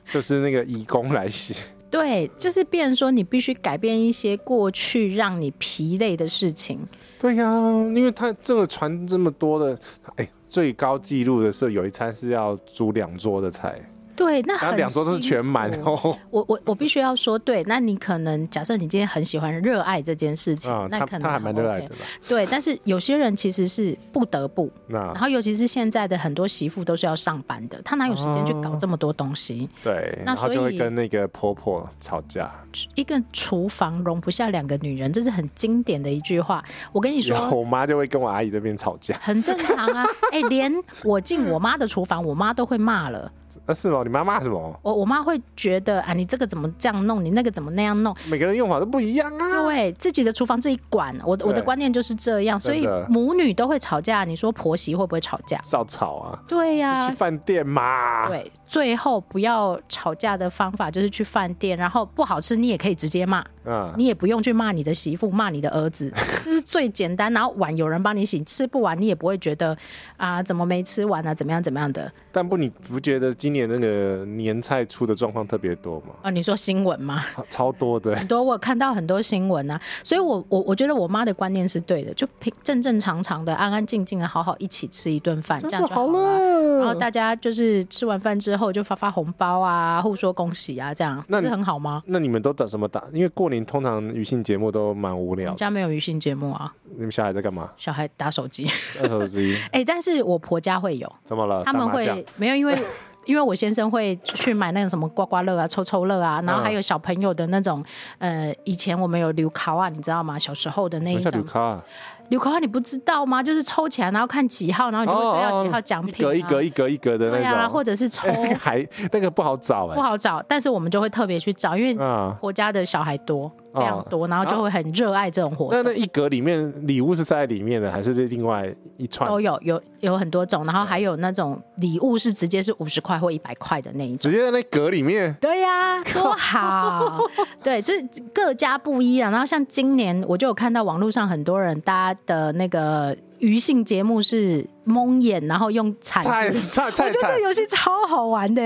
D: 就是那个义工来洗。
B: 对，就是变成说你必须改变一些过去让你疲累的事情。
D: 对呀、因为他这个传这么多的，哎、最高纪录的是有一餐是要煮两桌的菜，
B: 对，那
D: 然后
B: 很
D: 两桌都是全满
B: 辛苦。
D: 哦。
B: 我我我必须要说，对，那你可能假设你今天很喜欢热爱这件事情，
D: 啊，
B: 那
D: 他
B: 可能
D: 他还蛮热爱
B: OK
D: 的啦。
B: 对，但是有些人其实是不得不，然
D: 那
B: 后尤其是现在的很多媳妇都是要上班的，她哪有时间去
D: 啊
B: 搞这么多东西？
D: 对，
B: 那
D: 然后就
B: 所
D: 会
B: 以
D: 跟那个婆婆吵架。
B: 一个厨房容不下两个女人，这是很经典的一句话。我跟你说，
D: 然后我妈就会跟我阿姨这边吵架。
B: 很正常啊。哎、连我进我妈的厨房，我妈都会骂了。
D: 子啊？是吗？你妈骂什么？
B: 我我妈会觉得啊，你这个怎么这样弄，你那个怎么那样弄，
D: 每个人用法都不一样啊。
B: 对，自己的厨房自己管。我的我的
D: 对
B: 观念就是这样，所
D: 真
B: 以
D: 的
B: 母女都会吵架。你说婆媳会不会吵架？
D: 少吵啊，
B: 对呀、
D: 就去饭店嘛。，
B: 对，最后不要吵架的方法就是去饭店，然后不好吃你也可以直接骂，
D: 嗯，
B: 你也不用去骂你的媳妇、骂你的儿子，这是最简单。然后碗有人帮你洗，吃不完你也不会觉得啊怎么没吃完啊，怎么样怎么样的
D: 但不，你不觉得今年那个年菜出的状况特别多吗？
B: 啊？你说新闻吗？
D: 超超多的，
B: 很多我有看到很多新闻啊，所以我我我觉得我妈的观念是对的，就平正正常常的、安安静静的，好好一起吃一顿饭，这样就好了。然后大家就是吃完饭之后就发发红包啊，互说恭喜啊，这样
D: 那
B: 不是很好吗？
D: 那你们都打什么打？因为过年通常娱性节目都蛮无
B: 我
D: 聊
B: 们
D: 的。
B: 家没有娱性节目啊，
D: 你们小孩在干嘛？
B: 小孩打手机。
D: 二手机
B: 哎、但是我婆家会有，
D: 怎么了？
B: 他
D: 哦打
B: 们
D: 麻将
B: 会没有因为。因为我先生会去买那个什么刮刮乐啊、抽抽乐
D: 嗯
B: 啊，然后还有小朋友的那种，呃，以前我们有流考啊，你知道吗？小时候的那
D: 什
B: 一
D: 么叫
B: 种
D: 旅卡啊？
B: 纽扣号你不知道吗？就是抽起来，然后看几号，然后你哦就会对到几号奖
D: 一
B: 品、啊
D: 格哦一格一格一格的
B: 对
D: 那
B: 啊，
D: 种，
B: 或者是 抽
D: 那个还那个不好找
B: 不
D: 哎。
B: 好找，但是我们就会特别去找，因为
D: 啊，
B: 婆家的小孩多，
D: 哦
B: 非常多，然后就会很热爱这种活
D: 那
B: 动。
D: 那一格里面礼物是塞在里面的，还是另外一串
B: 都？哦有有有很多种，然后
D: 嗯
B: 还有那种礼物是直接是五十块或一百块的那一种
D: 直。接在那格里面，
B: 对 呀、多好！对，就是各家不一啊。然后像今年，我就有看到网络上很多人，大家的那个娱性节目是蒙眼，然后用铲
D: 菜
B: 子
D: 菜
B: 我
D: 菜
B: 觉得这
D: 菜
B: 个，游戏超好玩的、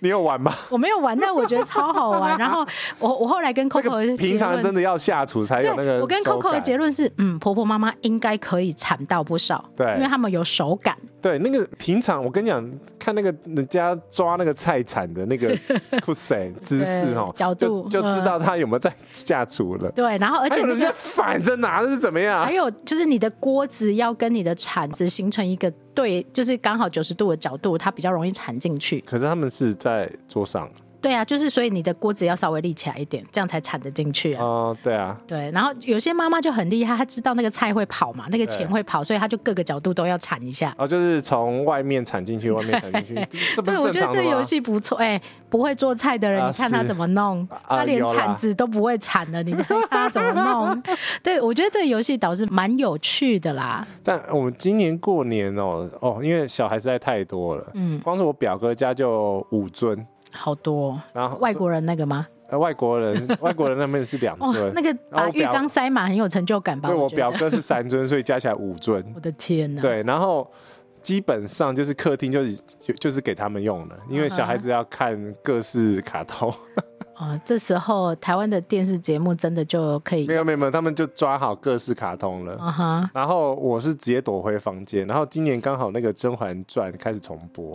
D: 你有玩吗？
B: 我没有玩，但我觉得超好 玩。然后我 我后来跟
D: 这
B: Coco
D: 个
B: 的
D: 平
B: 结
D: 常
B: 论，
D: 真的要下厨才有那
B: 对
D: 个。
B: 我跟 Coco 的结，论是，嗯，婆婆妈妈应该可以铲到不少，
D: 对
B: 因为他们有手感。
D: 对那个平常我跟你讲，看那个人家抓那个菜铲的 那个酷塞姿势哦，
B: 角度
D: 就就知
B: 嗯
D: 道他有没有在下厨了。
B: 对，然后而
D: 还
B: 且
D: 有
B: 那
D: 人家
B: 个
D: 反着拿的是怎么样
B: 还？有就是你的锅子要跟你的铲子形成一个对，就是刚好九十度的角度，它比较容易铲进去。
D: 可是他们是在桌上
B: 对啊，就是所以你的锅子要稍微立起来一点，这样才铲得进去啊。
D: 哦，对啊，
B: 对，然后有些妈妈就很厉害，她知道那个菜会跑嘛，那个钱
D: 对
B: 会跑，所以她就各个角度都要铲一下。
D: 哦，就是从外面铲进去，外面铲进去，这这不
B: 对，
D: 是
B: 我
D: 正
B: 觉得
D: 常
B: 这
D: 的
B: 个游
D: 吗？
B: 戏不错。哎、不会做菜的人，
D: 啊
B: 你看他
D: 是
B: 怎么弄，
D: 啊
B: 他连
D: 有啦
B: 铲子都不会铲的，你看他怎么弄？ 对，我觉得这个游戏倒是蛮有趣的啦。
D: 但我们今年过年哦哦，因为小孩实在太多了，
B: 嗯，
D: 光是我表哥家就五尊，
B: 好多哦、
D: 然后
B: 外国人那个吗？
D: 呃外国人外国人那边是两
B: 哦，
D: 尊
B: 那，个
D: 然
B: 把
D: 后我
B: 浴
D: 表
B: 缸塞满很有成就感吧？
D: 对我
B: 觉得
D: 表，哥是三尊，所以加起来五尊，
B: 我的天呐！，
D: 对，然后。基本上就是客厅就是就就是给他们用的，因为小孩子要看各式卡通，
B: 啊、这时候台湾的电视节目真的就可以
D: 没，有没有没有，他们就抓好各式卡通了。
B: 啊哈，
D: 然后我是直接躲回房间，然后今年刚好那个《甄嬛传》开始重播，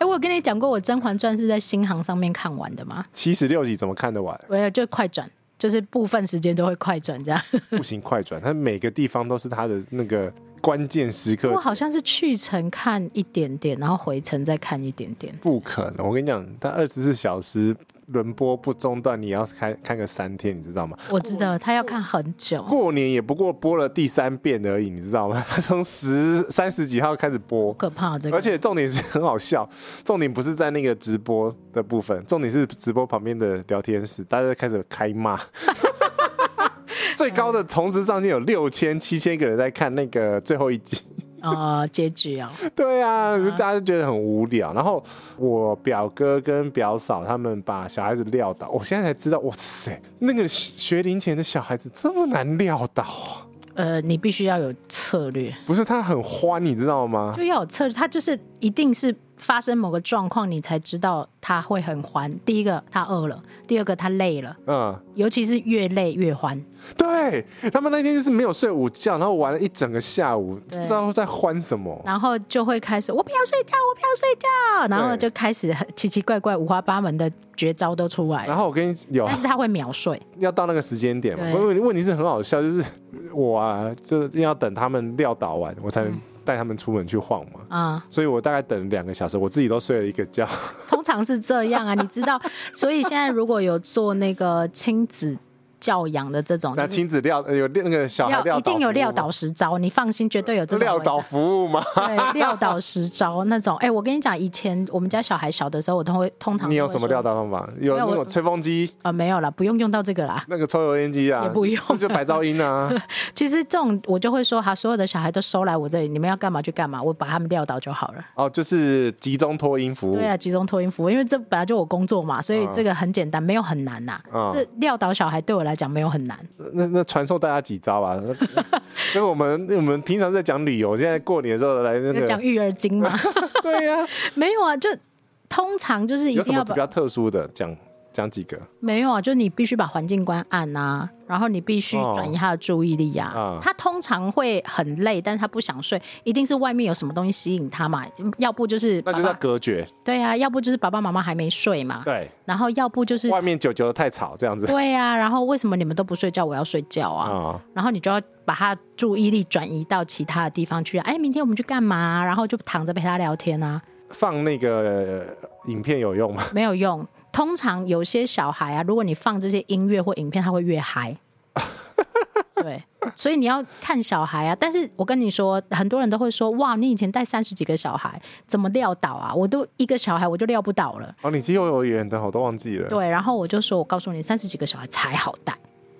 B: 哎、我有跟你讲过，我《甄嬛传》是在新航上面看完的吗？
D: 七十六集怎么看得完？
B: 我有就快转，就是部分时间都会快转这样。
D: 不行，快转！它每个地方都是它的那个关键时
B: 我
D: 刻，
B: 好像是去程看一点点，然后回程再看一点点。
D: 不可能。我跟你讲，它二十四小时轮播不中断，你要看看个三天，你知道吗？
B: 我知道他要看很久，
D: 过年也不过播了第三遍而已，你知道吗？ 它从十三十几号开始播
B: 好，可怕这个。
D: 而且重点是很好笑，重点不是在那个直播的部分，重点是直播旁边的聊天室，大家开始开骂。最高的同时上线有六千、七千个人在看那个最后一集，
B: 呃，结局啊、
D: 对啊，大家就觉得很无聊。然后我表哥跟表嫂他们把小孩子撂倒，我现在才知道，哇塞，那个学龄前的小孩子这么难撂倒啊！
B: 呃，你必须要有策略，
D: 不是他很欢，你知道吗？
B: 就要有策略。他就是一定是发生某个状况，你才知道他会很欢。第一个他饿了，第二个他累了，
D: 嗯，
B: 尤其是越累越欢。
D: 对他们那天就是没有睡午觉，然后玩了一整个下午，不
B: 对
D: 知道在欢什么。
B: 然后就会开始我不要睡觉，我不要睡觉，然后就开始很奇奇怪怪、五花八门的绝招都出来
D: 然
B: 了。
D: 后我跟你有
B: 但是他会秒睡，
D: 要到那个时间点嘛，
B: 对
D: 问问题是很好笑，就是我啊，就是要等他们撂倒完，我才
B: 嗯
D: 能带他们出门去晃嘛。
B: 啊、
D: 所以我大概等了两个小时，我自己都睡了一个 觉。
B: 通常是这样啊，你知道，所以现在如果有做那个亲子。教养的这种，
D: 那
B: 就是
D: 亲子料有那个小孩
B: 要
D: 料
B: 一定有
D: 料
B: 撂倒十招，你放心，绝对有 这种
D: 料
B: 文章
D: 倒服务吗？
B: 对，撂倒十招那种。哎、我跟你讲，以前我们家小孩小的时候，我都会通常
D: 你有
B: 都会
D: 什么
B: 说
D: 料倒方法？有
B: 没有
D: 那
B: 我
D: 种吹风机，
B: 啊、没有啦，不用用到这个啦。
D: 那个抽油烟机啊，
B: 也不用
D: 这就白噪音啊。
B: 其实这种我就会说，哈，所有的小孩都收来我这里，你们要干嘛就干嘛，我把他们撂倒就好了。
D: 哦，就是集中脱音服务。
B: 对啊，集中托音服务，因为这本来就我工作嘛，所以
D: 嗯
B: 这个很简单，没有很难呐、
D: 嗯
B: 这撂倒小孩对我来讲没有很难。
D: 那那传授大家几招啊？ 所以我们我们平常在讲旅游，现在过年的时候来那
B: 就讲
D: 个，
B: 育儿经嘛，
D: 对呀、
B: 没有啊，就通常就是一
D: 有什
B: 定
D: 么
B: 要
D: 比
B: 把
D: 较特殊的？讲讲几个
B: 没有啊，就你必须把环境关暗啊，然后你必须
D: 哦
B: 转移他的注意力呀、
D: 啊
B: 他通常会很累，但是他不想睡，一定是外面有什么东西吸引他嘛，要不就是
D: 那
B: 爸
D: 就是要
B: 爸
D: 隔绝，
B: 对啊，要不就是爸爸妈妈还没睡嘛，
D: 对，
B: 然后要不就是
D: 外面久久的太吵这样子
B: 对啊，然后为什么你们都不睡觉，我要睡觉
D: 啊、
B: 啊？
D: 哦
B: 然后你就要把他注意力转移到其他的地方去、啊。哎，明天我们去干嘛啊、然后就躺着陪他聊天啊，
D: 放那个、呃影片有用吗？
B: 没有用。通常有些小孩啊，如果你放这些音乐或影片，他会越嗨。对，所以你要看小孩啊。但是我跟你说，很多人都会说：“哇，你以前带三十几个小孩，怎么撂倒啊？我都一个小孩我就撂不倒了。
D: 哦，你是幼儿园的，我都忘记”了。
B: 对，然后我就说：“我告诉你，三十几个小孩才好带。”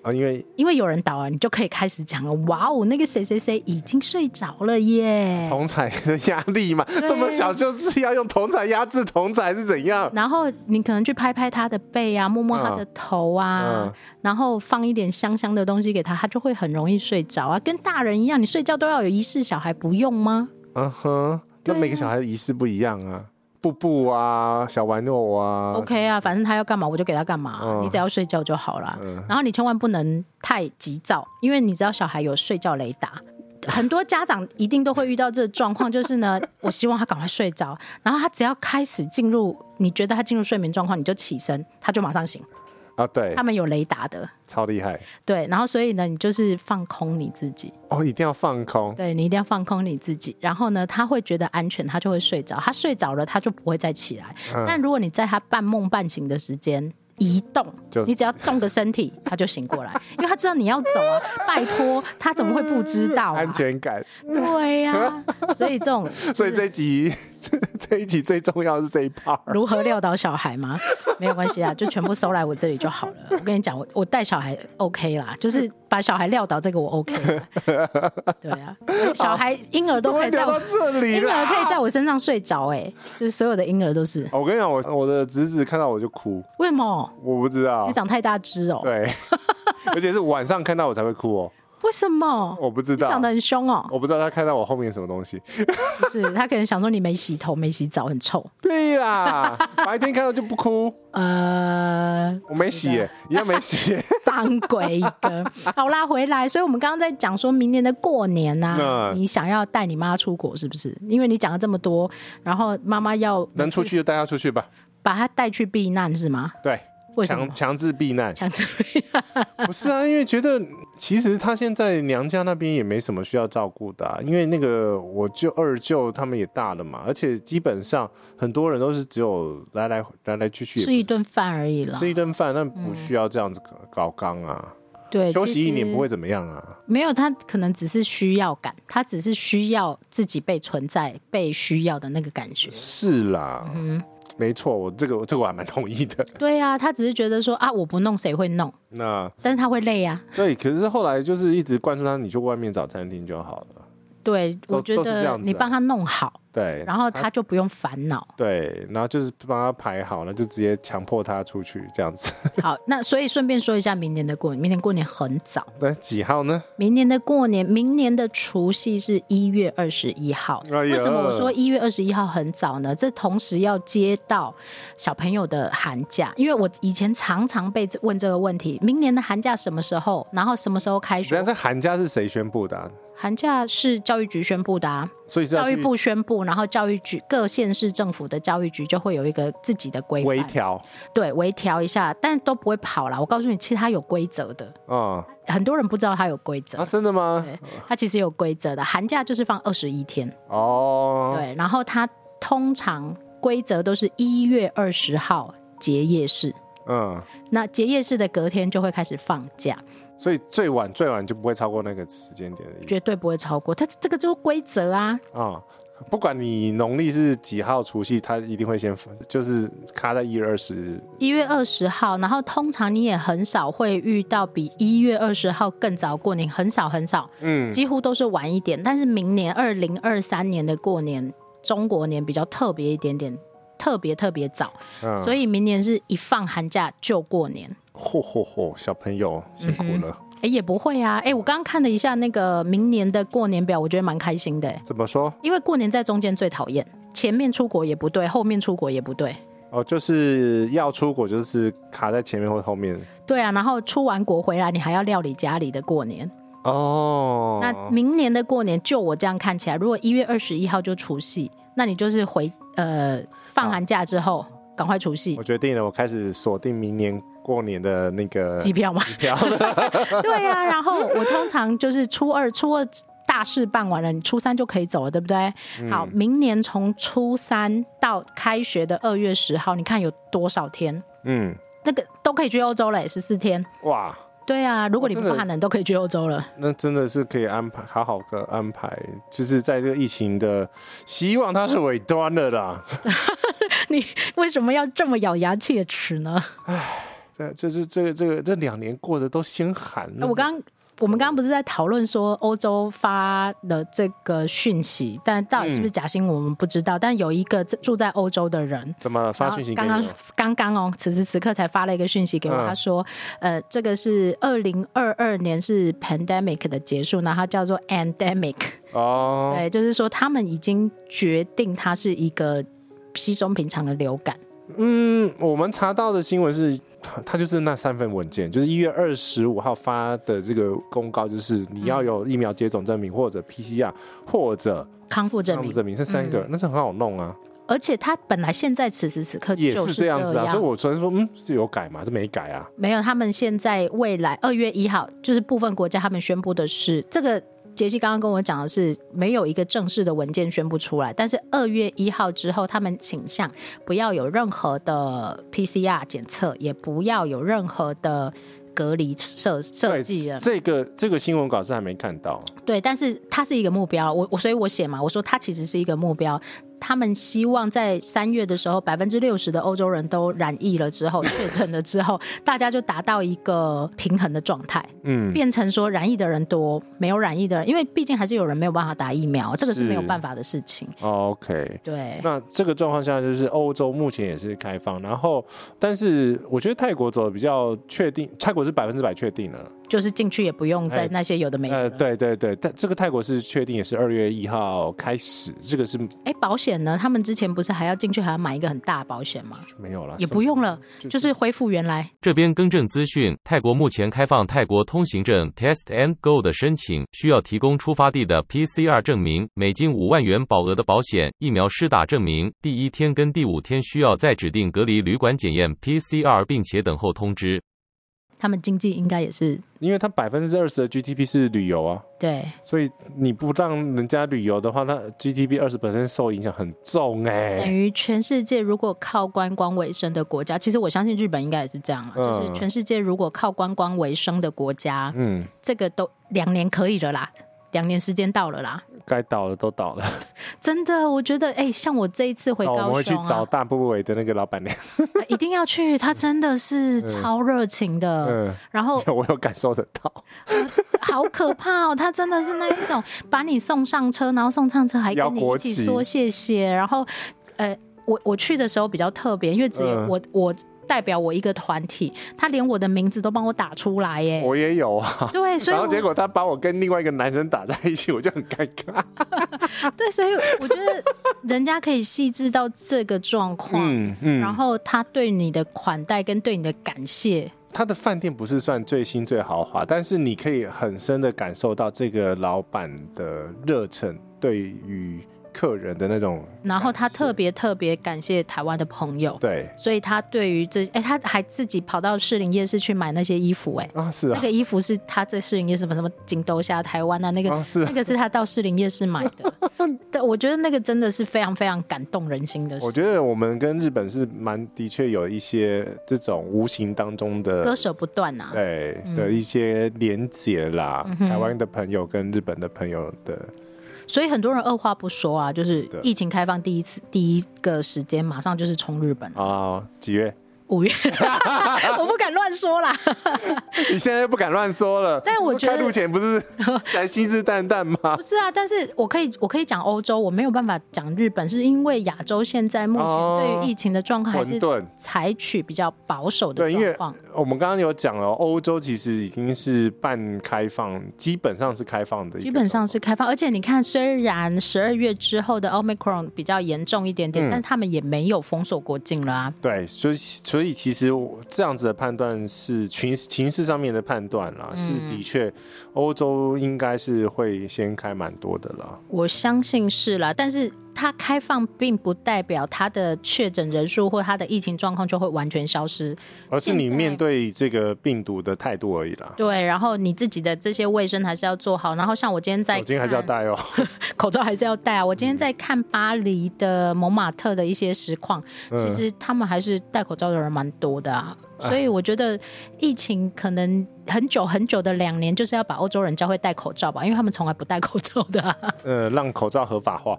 D: 啊，因为
B: 因为有人倒了，你就可以开始讲了。哇哦，那个谁谁谁已经睡着了耶！
D: 同彩的压力嘛，
B: 啊
D: 这么小就是要用同彩压制同彩是怎样？
B: 然后你可能去拍拍他的背啊，摸摸他的头啊，
D: 嗯
B: 然后放一点香香的东西给他，他就会很容易睡着啊。跟大人一样，你睡觉都要有仪式，小孩不用吗？
D: 嗯哼，那
B: 对啊
D: 每个小孩的仪式不一样啊，布布啊，小玩偶啊
B: OK 啊，反正他要干嘛我就给他干嘛，
D: 嗯
B: 你只要睡觉就好了。
D: 嗯
B: 然后你千万不能太急躁，因为你知道小孩有睡觉雷达。很多家长一定都会遇到这个状况，就是 呢，我希望他赶快睡着，然后他只要开始进入，你觉得他进入睡眠状况，你就起身，他就马上醒。
D: 啊，对
B: 他，们有雷达的，
D: 超厉害
B: 对，然后所以呢，你就是放空你自己，
D: 哦，一定要放空。
B: 对你一定要放空你自己。然后呢，他会觉得安全，他就会睡着。他睡着了，他就不会再起来。
D: 嗯
B: 但如果你在他半梦半醒的时间移动
D: 就，
B: 你只要动个身体，他就醒过来，因为他知道你要走啊。拜托，他怎么会不知道、啊？
D: 安全感，
B: 对呀、所以这种
D: 所以这一集 这一集最重要的是这一 part。
B: 如何撂倒小孩 吗？没有关系啊，就全部收来我这里就好了。我跟你讲，我我带小孩 OK 啦，就是把小孩撂倒这个我 OK 啦。对啊，小孩婴儿都
D: 怎么
B: 可
D: 会
B: 以在
D: 聊到
B: 我
D: 这里
B: 婴儿可以在
D: 我。
B: 我身上睡着，哎，就是所有的婴儿都是
D: 哦我跟你讲，我我的侄子看到我就哭，
B: 为什么？
D: 我不知道
B: 你，长太大只哦？
D: 对，而且是晚上看到我才会哭哦，
B: 为什么？
D: 我不知
B: 你
D: 道
B: 长，得很凶 哦，
D: 我不知道他看到我后面什么东西。
B: 不是他可能想说你没洗头、没洗澡，很臭。
D: 对 啦，白天看到就不哭，
B: 呃，
D: 我没洗耶，一样没洗 耶。
B: 脏鬼一 个。好啦，回来，所以我们刚刚在讲说明年的过年呐、
D: 嗯
B: 你想要带你妈出国是不是？因为你讲了这么多，然后妈妈要
D: 能出去就带他出去吧，
B: 把她带去避难是吗？
D: 对，
B: 为什么
D: 强？强制避难，
B: 强制避难？
D: 不是啊，因为觉得其实他现在娘家那边也没什么需要照顾的、啊，因为那个我舅二舅他们也大了嘛，而且基本上很多人都是只有来来来来去去也不
B: 吃一顿饭而已啦。嗯
D: 吃一顿饭，那不需要这样子搞纲啊，
B: 对，
D: 休息
B: 其
D: 一
B: 实
D: 年不会怎么样啊。
B: 没有，他可能只是需要感，他只是需要自己被存在、被需要的那个感觉。
D: 是啦，
B: 嗯
D: 没错，我这个这个我还蛮同意的。
B: 对啊，他只是觉得说啊，我不弄谁会弄，
D: 那
B: 但是他会累啊。
D: 对，可是后来就是一直灌输他，你去外面找餐厅就好了。
B: 对，
D: 都
B: 我觉
D: 都是这样
B: 得
D: 子啊
B: 你帮他弄好，
D: 对，
B: 然后他就不用烦恼。
D: 对，然后就是帮他排好了，就直接强迫他出去这样子。
B: 好，那所以顺便说一下明年的过年，明年过年很早，
D: 那几号呢？
B: 明年的过年，明年的除夕是一月二十一号。
D: 哎呀
B: 为什么我说一月二十一号很早呢？这同时要接到小朋友的寒假，因为我以前常常被这问这个问题：明年的寒假什么时候？然后什么时候开
D: 等一下
B: 学？
D: 这寒假是谁宣布的啊、
B: 寒假是教育局宣布的、啊，
D: 所以是要
B: 教育
D: 去
B: 部宣布，然后教育局各县市政府的教育局就会有一个自己的规
D: 微
B: 范，
D: 调
B: 对，微调一下，但都不会跑啦。我告诉你，其实它有规则的。
D: 啊、
B: 很多人不知道它有规则
D: 啊！，真的吗？
B: 对，它其实有规则的。寒假就是放二十一天，
D: 哦，
B: 对，然后它通常规则都是一月二十号结业式，
D: 嗯，
B: 那结业式的隔天就会开始放假，
D: 所以最晚最晚就不会超过那个时间点的意思
B: 绝对不会超过。它这个就是规则啊，
D: 啊、不管你农历是几号除夕，它一定会先就是卡在一月二十，
B: 一月二十号，然后通常你也很少会遇到比一月二十号更早过年，很少很少，
D: 嗯，
B: 几乎都是晚一点。但是明年二零二三年的过年，中国年比较特别一点点，特别特别早，
D: 嗯
B: 所以明年是一放寒假就过年。
D: 嚯嚯嚯，小朋友辛苦了。
B: 哎，也不会啊！哎，我刚刚看了一下那个明年的过年表，我觉得蛮开心的诶，
D: 怎么说？
B: 因为过年在中间最讨厌，前面出国也不对，后面出国也不对。
D: 哦，就是要出国，就是卡在前面或后面。
B: 对啊，然后出完国回来，你还要料理家里的过年。
D: 哦，
B: 那明年的过年，就我这样看起来，如果一月二十一号就除夕，那你就是回呃放寒假之后，赶快除夕
D: 我决定了，我开始锁定明年过年的那个
B: 机 票嘛。
D: 票了。
B: 对啊，然后我通常就是初二，初二大事办完了，你初三就可以走了，对不对？
D: 嗯
B: 好，明年从初三到开学的二月十号，你看有多少天？
D: 嗯，
B: 那个都可以去欧洲嘞，十四天。
D: 哇，
B: 对啊，如果
D: 哦
B: 你不
D: 真的
B: 怕冷，都可以去欧洲了。
D: 那真的是可以安排，好好的安排，就是在这个疫情的，希望它是尾端了啦。
B: 你为什么要这么咬牙切齿呢？
D: 这、这、是这个、这个、这两年过得都心寒
B: 哎
D: 了。
B: 我刚刚我们刚刚不是在讨论说欧洲发的这个讯息，但到底是不是假新闻我们不知道。但有一个住在欧洲的人，
D: 怎么了？发讯息给
B: 然后刚
D: 你了
B: 刚刚刚哦，此时此刻才发了一个讯息给我，
D: 嗯
B: 他说，呃，这个是二零二二年是 pandemic 的结束，然后它叫做 endemic，、
D: 哦，
B: 对，就是说他们已经决定它是一个稀松平常的流感。
D: 嗯，我们查到的新闻是，它它就是那三份文件，就是一月二十五号发的这个公告，就是你要有疫苗接种证明或者 PCR 或者
B: 康复嗯证
D: 康复
B: 明，嗯
D: 证明这三个，那是很好弄啊。
B: 而且它本来现在此时此刻
D: 也
B: 就是这
D: 这样子啊，所以我昨天说，嗯，是有改嘛？这没改啊，
B: 没有，他们现在未来二月一号，就是部分国家他们宣布的是这个。杰西刚刚跟我讲的是，没有一个正式的文件宣布出来，但是二月一号之后，他们倾向不要有任何的 PCR 检测，也不要有任何的隔离设设
D: 对，
B: 计了。
D: 这个这个新闻稿是还没看到，
B: 对，但是它是一个目标，我我所以我写嘛，我说它其实是一个目标。他们希望在三月的时候，百分之六十的欧洲人都染疫了之后，确诊了之后， 大家就达到一个平衡的状态，
D: 嗯，
B: 变成说染疫的人多，没有染疫的人，因为毕竟还是有人没有办法打疫苗，这个是
D: 是
B: 没有办法的事情。
D: 哦 OK，
B: 对，
D: 那这个状况下就是欧洲目前也是开放，然后但是我觉得泰国走的比较确定，泰国是百分之百确定了。
B: 就是进去也不用在那些有的没的。
D: 呃，对对对，但这个泰国是确定也是二月一号开始，这个是
B: 哎，保险呢？他们之前不是还要进去还要买一个很大的保险吗？
D: 没有了，
B: 也不用了，
D: 就
B: 就是恢复原来。
E: 这边更正资讯：泰国目前开放泰国通行证 Test and Go 的申请，需要提供出发地的 PCR 证明、每斤五万元保额的保险、疫苗施打证明。第一天跟第五天需要在指定隔离旅馆检验 PCR，并且等候通知。
B: 他们经济应该也是
D: 因为它百分之二十的 GDP 是旅游啊，
B: 对。
D: 所以你不让人家旅游的话，那 GDP 二十本身受影响很重哎、
B: 等于全世界如果靠观光为生的国家，其实我相信日本应该也是这样啊，
D: 嗯
B: 就是全世界如果靠观光为生的国家，
D: 嗯，
B: 这个都两年可以了啦。两年时间到了啦，
D: 该倒的都倒了，
B: 真的，我觉得，哎、像我这一次回
D: 找哦我们
B: 高
D: 会去
B: 雄
D: 找
B: 啊，
D: 大部委的那个老板娘，
B: 呃一定要去，他真的是超热情的，
D: 嗯，
B: 然后
D: 我有感受得 到，
B: 好可怕哦，他真的是那一种把你送上车，然后送上车还
D: 摇
B: 跟你
D: 国
B: 一起
D: 旗
B: 说谢谢，然后，呃，我我去的时候比较特别，因为只有
D: 嗯
B: 我、我代表我一个团体，他连我的名字都帮我打出来耶，
D: 我也有啊。
B: 对，哎所以
D: 然后
B: 我
D: 结果他把我跟另外一个男生打在一起，我就很尴尬。
B: 对，所以我觉得人家可以细致到这个状况，
D: 嗯嗯
B: 然后他对你的款待跟对你的感谢，
D: 他的饭店不是算最新最豪华，但是你可以很深的感受到这个老板的热忱对于客人的那种，
B: 然后他特别特别感谢台湾的朋友，
D: 对
B: 所以他对于这，哎，他还自己跑到士林夜市去买那些衣服，哎。
D: 啊，是
B: 那
D: 啊
B: 个，衣服是他在士林夜市什么什么锦斗下台湾啊，那个、
D: 啊是啊
B: 那个是他到士林夜市买 的。但我觉得那个真的是非常非常感动人心的事，
D: 我觉得我们跟日本是蛮的确有一些这种无形当中的
B: 割舍不断呐、啊。
D: 对的一些连结啦，
B: 嗯
D: 台湾的朋友跟日本的朋友的，
B: 所以很多人二话不说啊，就是
D: 对
B: 疫情开放第一次第一个时间，马上就是冲日 本，
D: 啊，几月？
B: 五月， 我不敢乱说啦。
D: 你现在又不敢乱说了。
B: 但我觉得
D: 开录前不 是才信誓旦旦吗
B: 不？是啊，但是我可以我可以讲欧洲，我没有办法讲日本，是因为亚洲现在目前
D: 哦
B: 对于疫情的状况还是
D: 混沌
B: 采取比较保守的
D: 对，因
B: 状
D: 为
B: 况。
D: 我们刚刚有讲了，欧洲其实已经是半开放，基本上是开放的一个状态，
B: 基本上是开放，而且你看，虽然十二月之后的 Omicron 比较严重一点点，
D: 嗯
B: 但他们也没有封锁国境了啊。
D: 对，所以所以其实我这样子的判断是情情势上面的判断啦，
B: 嗯
D: 是的确欧洲应该是会先开蛮多的啦。
B: 我相信是啦，但是它开放并不代表它的确诊人数或它的疫情状况就会完全消失。
D: 而是你
B: 现在
D: 面对这个病毒的态度而已啦。
B: 对，然后你自己的这些卫生还是要做好。然后像我今天在
D: 酒精还是要
B: 看
D: 戴哦，
B: 口罩还是要戴啊。我今天在看巴黎的蒙马特的一些实况，
D: 嗯
B: 其实他们还是戴口罩的人蛮多的啊。所以我觉得疫情可能很久很久的两年，就是要把欧洲人教会戴口罩吧，因为他们从来不戴口罩的啊、
D: 呃，让口罩合法化。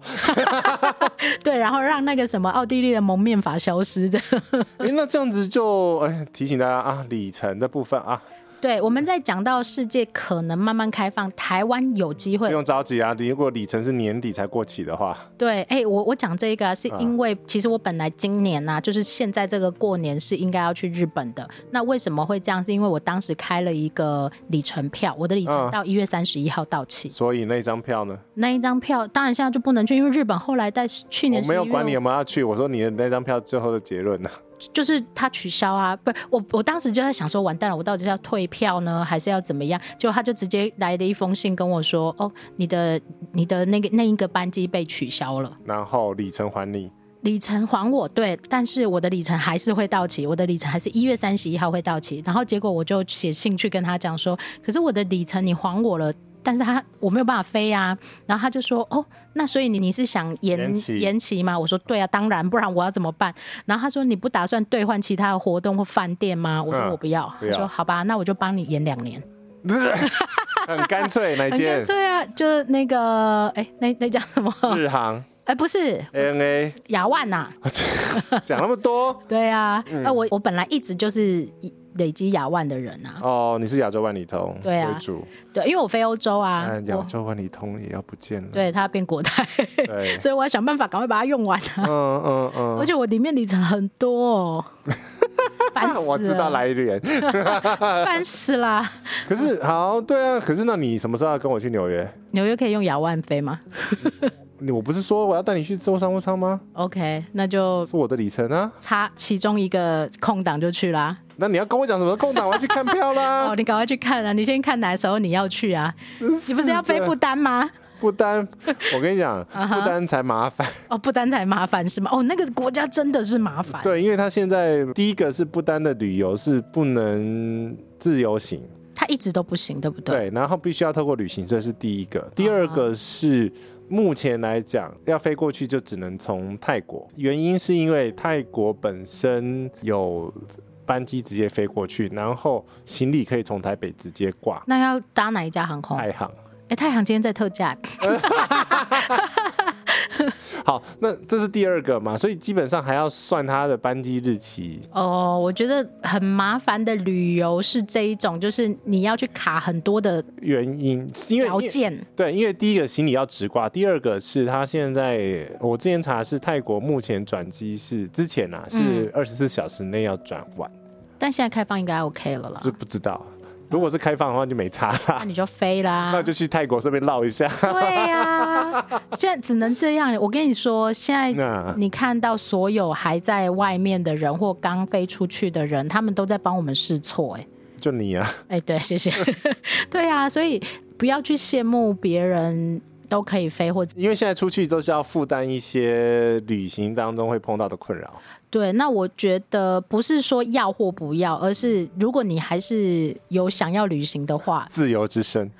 B: 对，然后让那个什么奥地利的蒙面法消失这样。
D: 哎、那这样子就哎、提醒大家啊，里程的部分啊，
B: 对，我们在讲到世界可能慢慢开放，台湾有机
D: 不
B: 会。
D: 用着急啊。如果里程是年底才过期的话，
B: 对，哎、我我讲这个、啊、是
D: 啊
B: 因为，其实我本来今年呐、就是现在这个过年是应该要去日本的。那为什么会这样？是因为我当时开了一个里程票，我的里
D: 啊
B: 程到一月三十一号到期，
D: 所以那张票呢，
B: 那一张票当然现在就不能去，因为日本后来在去
D: 我
B: 年
D: 哦没有
B: 11月
D: 管你有没有要去，我说你的那张票最后的结论呢、
B: 就是他取消啊，不，我我当时就在想说，完蛋了，我到底是要退票呢，还是要怎么样？结果他就直接来的一封信跟我说，哦，你的你的那个那一个班机被取消了。
D: 然后里程还你，
B: 里程还我对，但是我的里程还是会到期，我的里程还是一月三十一号会到期。然后结果我就写信去跟他讲说，可是我的里程你还我了，但是他我没有办法飞啊。然后他就说，哦，那所以你你是想延
D: 延期
B: 吗？我说对啊，当然，不然我要怎么办？然后他说你不打算兑换其他的活动或饭店吗？我说
D: 嗯
B: 我不要。
D: 不要
B: 他说好吧，那我就帮你延两年。
D: 很 干脆，哪
B: 很
D: 一
B: 干
D: 间？
B: 脆啊，就那个哎，那那叫什么？
D: 日航、
B: 哎，不是
D: ANA，
B: 雅万啊呐、
D: 讲那么多
B: 对啊，
D: 嗯
B: 那、我我本来一直就是累积亚万的人啊，
D: 哦，你是亚洲万里通
B: 对啊
D: 为主，
B: 对，因为我飞欧洲啊
D: 但，哎亚
B: 我
D: 洲万里通也要不见了。
B: 对它变国泰，
D: 对
B: 所以我要想办法赶快把它用完啊。
D: 嗯嗯
B: 而
D: 嗯，
B: 且我里面里程很多、 哦，烦死了，
D: 我知道来源。
B: 烦死啦！
D: 可是好，对啊，可是那你什么时候要跟我去纽约？
B: 纽约可以用亚万飞吗
D: 你我不是说我要带你去坐商务舱吗？
B: ？OK，那就是
D: 我的里程啊。
B: 插其中一个空档就去啦。
D: 那你要跟我讲什么空档，我要去看票啦
B: 哦，。你赶快去看啊！你先看哪时候你要去啊？
D: 真是
B: 你不是要飞
D: 的
B: 不 Uh-huh 丹吗？
D: 不丹？我跟你 讲，不丹才麻烦。
B: 哦，不丹才麻烦是吗？哦，那个国家真的是麻烦。
D: 对，因为他现在第一个是不丹的旅游是不能自由行，
B: 它一直都不行，对不对？
D: 对，然后必须要透过旅行社是第一个，第二个是目前来讲要飞过去就只能从泰国，原因是因为泰国本身有班机直接飞过去，然后行李可以从台北直接挂
B: 那要搭哪一家航空？哎、
D: 太行。
B: 太行今天在特价，
D: 好，那这是第二个嘛，所以基本上还要算它的班机日期。
B: 哦，我觉得很麻烦的旅游是这一种，就是你要去卡很多的
D: 原因因为
B: 条件，
D: 对，因为第一个行李要直挂，第二个是他现在我之前查是泰国目前转机是之前啊是二十四小时内要转弯，
B: 但现在开放应该 OK 了啦
D: 就，不知道如果是开放的话就没差
B: 那
D: 啦，
B: 你就飞啦。
D: 那就去泰国顺便绕一下。
B: 对呀、现在只能这样。我跟你说，现
D: 那
B: 在你看到所有还在外面的人或刚飞出去的人，他们都在帮我们试错、哎。
D: 就你啊，
B: 哎，对，谢谢。对啊，所以不要去羡慕别人都可以飞，或者
D: 因为现在出去都是要负担一些旅行当中会碰到的困扰。
B: 对。那我觉得不是说要或不要，而是如果你还是有想要旅行的话，
D: 自由之声，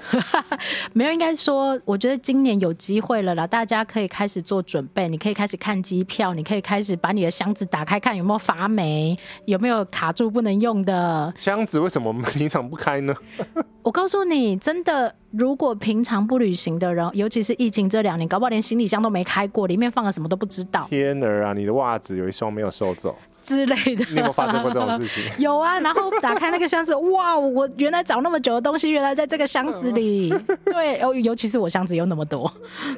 B: 没有应该说，我觉得今年有机会了啦，大家可以开始做准备，你可以开始看机票，你可以开始把你的箱子打开看有没有发霉，有没有卡住不能用的，
D: 箱子为什么我们平常不开呢？
B: 我告诉你，真的，如果平常不旅行的人，尤其是疫情这两年，搞不好连行李箱都没开过，里面放了什么都不知道
D: 天儿啊，你的袜子有一双没有收走，
B: 之类的。
D: 你有没有发生过这种事情？
B: 有啊，然后打开那个箱子，哇！我原来找那么久的东西，原来在这个箱子里。
D: 嗯
B: 对，哦尤尤其是我箱子有那么多。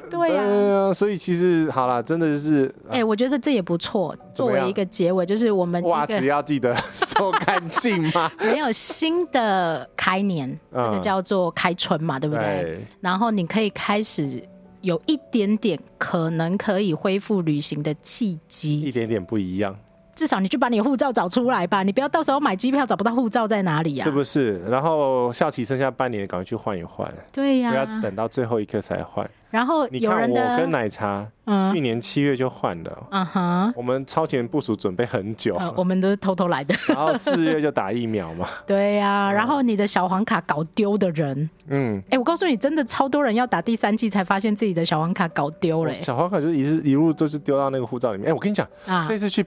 B: 对呀、
D: 啊，所以其实好啦，真的是
B: 哎、我觉得这也不错，
D: 怎
B: 作
D: 么样
B: 为一个结尾，就是我们一
D: 袜子
B: 个
D: 要记得收干净嘛。
B: 没有新的开年，
D: 嗯
B: 这个叫做开春
D: 哎
B: 嘛，对不对？
D: 对，
B: 然后你可以开始有一点点可能可以恢复旅行的契机
D: 一。点点不一样，
B: 至少你去把你的护照找出来吧，你不要到时候买机票找不到护照在哪里呀、啊
D: 是不是？然后校期剩下半年，赶快去换一换，
B: 对
D: 不
B: 呀、
D: 要等到最后一刻才换。
B: 然后
D: 你
B: 有
D: 看
B: 人
D: 我
B: 的
D: 跟奶茶
B: 嗯
D: 去年七月就换了，
B: 嗯哼、
D: 我们超前部署准备很久，
B: 呃我们都是偷偷 来的。
D: 然后四月就打疫苗 嘛。
B: 对呀、
D: 哦
B: 然后你的小黄卡搞丢的人，
D: 嗯，
B: 哎，我告诉你，真的超多人要打第三季才发现自己的小黄卡搞丢了、诶
D: 哦小黄卡就是一日一路都是丢到那个护照里面。哎，我跟你讲，
B: 啊！
D: 这次去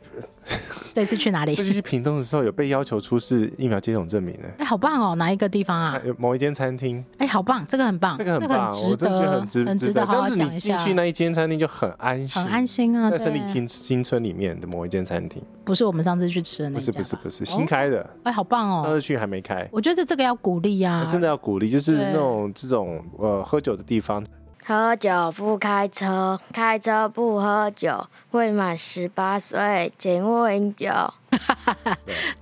B: 这次去哪里
D: 这？次去屏东的时候，有被要求出示疫苗接种证明呢。
B: 哎，好棒哦！哪一个地方啊
D: 啊？有某一间餐厅，
B: 哎，好棒，这个很棒，
D: 这个很棒，我
B: 值
D: 真的觉得
B: 得，
D: 很值值
B: 得
D: 这
B: 好
D: 样
B: 好
D: 子
B: 讲
D: 你
B: 一
D: 进
B: 下。
D: 去那一间餐厅就很安心，
B: 很安心啊，
D: 在胜利
B: 对
D: 新新村里面的某一间餐厅，
B: 不是我们上次去吃的那
D: 不
B: 一
D: 是
B: 家
D: 不是
B: 吧
D: 不是新开的，
B: 哎，好棒
D: 上
B: 哦！
D: 次去还没开。
B: 我觉得这个要鼓励呀、啊，
D: 真的要鼓励，就是
B: 对
D: 那种这种呃喝酒的地方，
F: 喝酒不开车，开车不喝酒，未满十八岁请勿饮酒。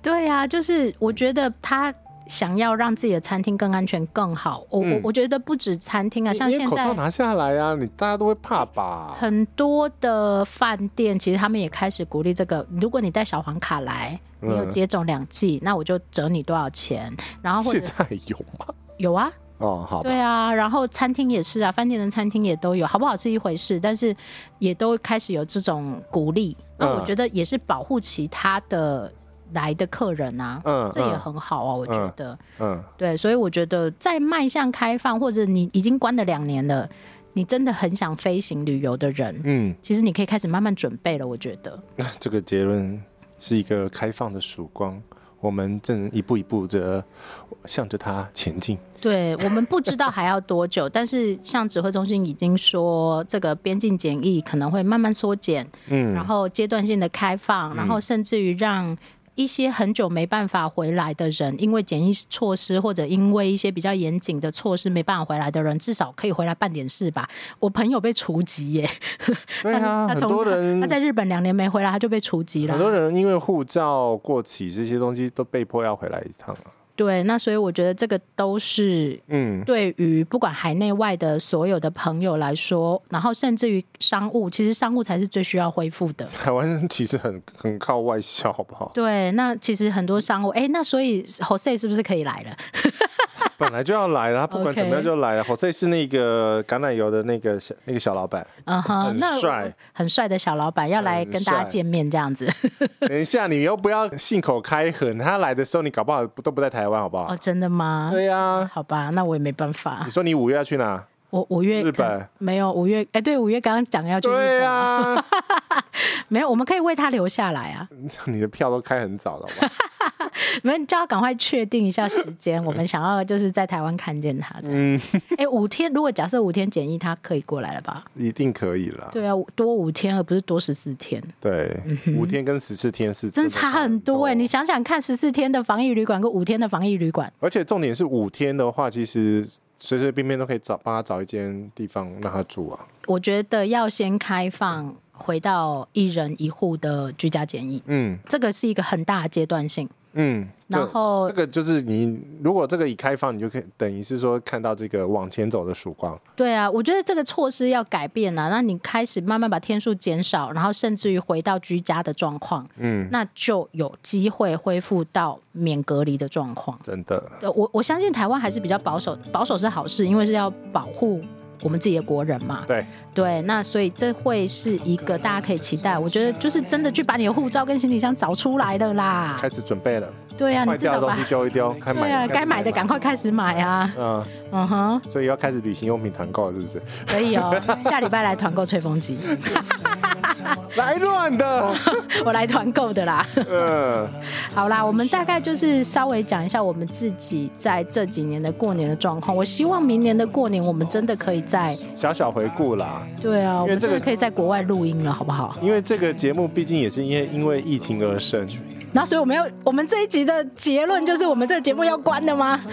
B: 对呀、就是我觉得他想要让自己的餐厅更安全更好。我我、
D: 嗯
B: 我觉得不止餐厅啊，像
D: 因为
B: 现
D: 口罩
B: 在
D: 拿下来啊，你大家都会怕吧？
B: 很多的饭店，其实他们也开始鼓励这个。如果你带小黄卡来，
D: 嗯
B: 你有接种两剂，那我就折你多少钱。然啊后或
D: 现
B: 者
D: 在有吗？
B: 有啊，
D: 哦，好吧
B: 对，啊，然后餐厅也是啊，饭店的餐厅也都有，好不好是一回事，但是也都开始有这种鼓励。那
D: 嗯
B: 我觉得也是保护其他的来的客人啊，
D: 嗯
B: 这也
D: 嗯
B: 很好啊，我觉
D: 嗯
B: 得。
D: 嗯，
B: 对，所以我觉得在迈向开放，或者你已经关了两年了，你真的很想飞行旅游的人，
D: 嗯，
B: 其实你可以开始慢慢准备了。我觉得，
D: 这个结论是一个开放的曙光，我们正一步一步的向着它前进。
B: 对我们不知道还要多久， 但是像指挥中心已经说，这个边境检疫可能会慢慢缩减，
D: 嗯，
B: 然后阶段性的开放，然后甚至于让。一些很久没办法回来的人，因为检疫措施或者因为一些比较严谨的措施没办法回来的人，至少可以回来办点事吧。我朋友被除籍 耶，
D: 对啊，
B: 他
D: 很
B: 从
D: 多人
B: 他在日本两年没回来，他就被除籍
D: 很多
B: 了。
D: 人因为护照过期这些东西都被迫要回来一趟啊
B: 对，那所以我觉得这个都是
D: 嗯，
B: 对于不管海内外的所有的朋友来说，然后甚至于商务，其实商务才是最需要恢复的。
D: 台湾其实很很靠外销，好不好？
B: 对，那其实很多商务，哎，那所以 Jose 是不是可以来了？
D: 本来就要来了，他不管
B: OK
D: 怎么样就 来了。好在是那个橄榄油的那个小那个小老板，
B: 嗯哼，
D: 很
B: 那
D: 帅
B: 很帅的小老板要来
D: 很
B: 跟大家
D: 帅
B: 见面这样子。
D: 等一下你又不要信口开河，他来的时候你搞不好都不在台湾，好不好
B: 哦，？真的吗？
D: 对呀，
B: 好吧，那我也没办法
D: 你。说你五月要去哪？
B: 我五月
D: 日
B: 可
D: 本
B: 没有五月，哎，对，五月刚刚讲要去日
D: 对
B: 本啊，
D: 呀，
B: 没有，我们可以为他留下来啊。
D: 你的票都开很早了，好不好？
B: 我们就要赶快确定一下时间，我们想要就是在台湾看见他的。
D: 嗯，
B: 哎、五天，如果假设五天检疫，他可以过来了吧？
D: 一定可以啦。
B: 对啊，多五天而不是多十四天，
D: 对，五天跟十四天是
B: 真的
D: 的
B: 差很多哎、
D: 哎，
B: 你想想看，十四天的防疫旅馆跟五天的防疫旅馆，
D: 而且重点是五天的话，其实随随便便都可以找帮他找一间地方让他住啊。
B: 我觉得要先开放回到一人一户的居家检疫，
D: 嗯
B: 这个是一个很大的阶段性。
D: 嗯，这
B: 然后
D: 这个就是你如果这个一开放，你就可以等于是说看到这个往前走的曙光。
B: 对啊，我觉得这个措施要改变啊，那你开始慢慢把天数减少，然后甚至于回到居家的状况，
D: 嗯，
B: 那就有机会恢复到免隔离的状况。呃
D: 真的，
B: 对我我相信台湾还是比较保守，保守是好事，因为是要保护我们自己的国人嘛。
D: 对
B: 对，那所以这会是一个大家可以期待，我觉得就是真的去把你的护照跟行李箱找出来的啦。
D: 开始准备了，
B: 对啊，你
D: 坏
B: 至
D: 掉
B: 少
D: 的东
B: 把
D: 西丢一丢，该买
B: 对啊，
D: 的
B: 该买的赶快开始买啊。
D: 嗯，
B: 嗯哼，
D: 所以要开始旅行用品团购了是不是？
B: 可以哦，下礼拜来团购吹风机，
D: 来乱的，
B: 我来团购的啦。
D: 嗯，
B: 好啦，我们大概就是稍微讲一下我们自己在这几年的过年的状况。我希望明年的过年，我们真的可以在
D: 小小回顾啦，
B: 对啊，我
D: 因为
B: 们
D: 这
B: 真
D: 个
B: 的可以在国外录音了，好不好？
D: 因为这个节目毕竟也是因为因为疫情而生，
B: 然后，所以我们要，我们这一集的结论就是，我们这个节目要关了吗？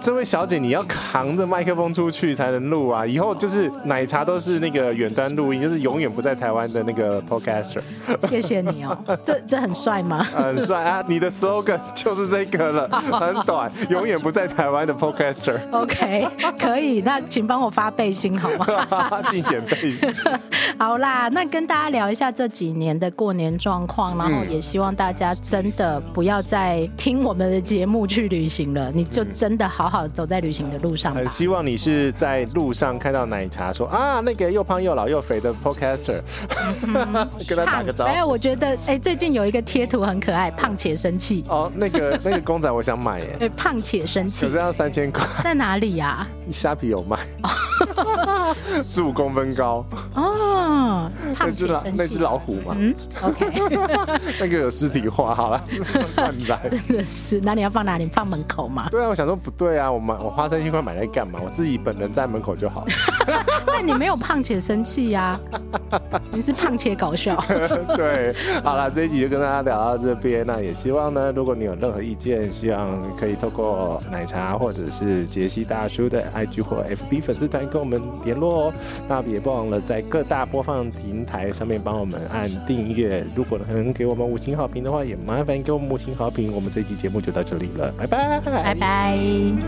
D: 这位小姐，你要扛着麦克风出去才能录啊！以后就是奶茶都是那个远端录音，就是永远不在台湾的那个 podcaster，
B: 谢谢你哦，这这很帅吗？
D: 很帅啊！你的 slogan 就是这个了，很短，永远不在台湾的 podcaster，
B: OK，可以，那请帮我发背心好吗？
D: 竞选背景。
B: 好啦，那跟大家聊一下这几年的过年状况，然
D: 嗯
B: 后也希望大家真的不要再听我们的节目去旅行了，你就真的好好走在旅行的路上吧
D: 很。希望你是在路上看到奶茶说啊，那个又胖又老又肥的 podcaster，跟他打个招
B: 胖没
D: 呼。
B: 有，我觉得哎、最近有一个贴图很可爱，胖且生 气，
D: 哦，那个那个公仔我想 买耶，
B: 对，胖且生
D: 可
B: 气
D: 是啊要三千块，
B: 在哪里啊呀、
D: 虾皮有卖，十五公分高，
B: 哦，
D: 那
B: 胖
D: 只
B: 且
D: 老
B: 生
D: 那只
B: 气。
D: 老虎嘛，
B: 嗯，OK，
D: 那个有尸体化，好了，乱来。
B: 真的是，那你要放哪里？放门口吗？
D: 对啊，我想说不对啊，我买我花三千块买来干嘛？我自己本人在门口就好了。
B: 但你没有胖且生气呀、你是胖且搞 笑。
D: 对，好了，这一集就跟大家聊到这边。那也希望呢，如果你有任何意见，希望可以透过奶茶或者是杰西大叔的 IG 或 FB 粉丝团跟我们联络哦。那也别忘了在各大播放平台上面帮我们按订阅。如果能给我们五星好评的话，也麻烦给我们五星好评。我们这一集节目就到这里了，拜拜，
B: 拜
D: 拜
B: 拜。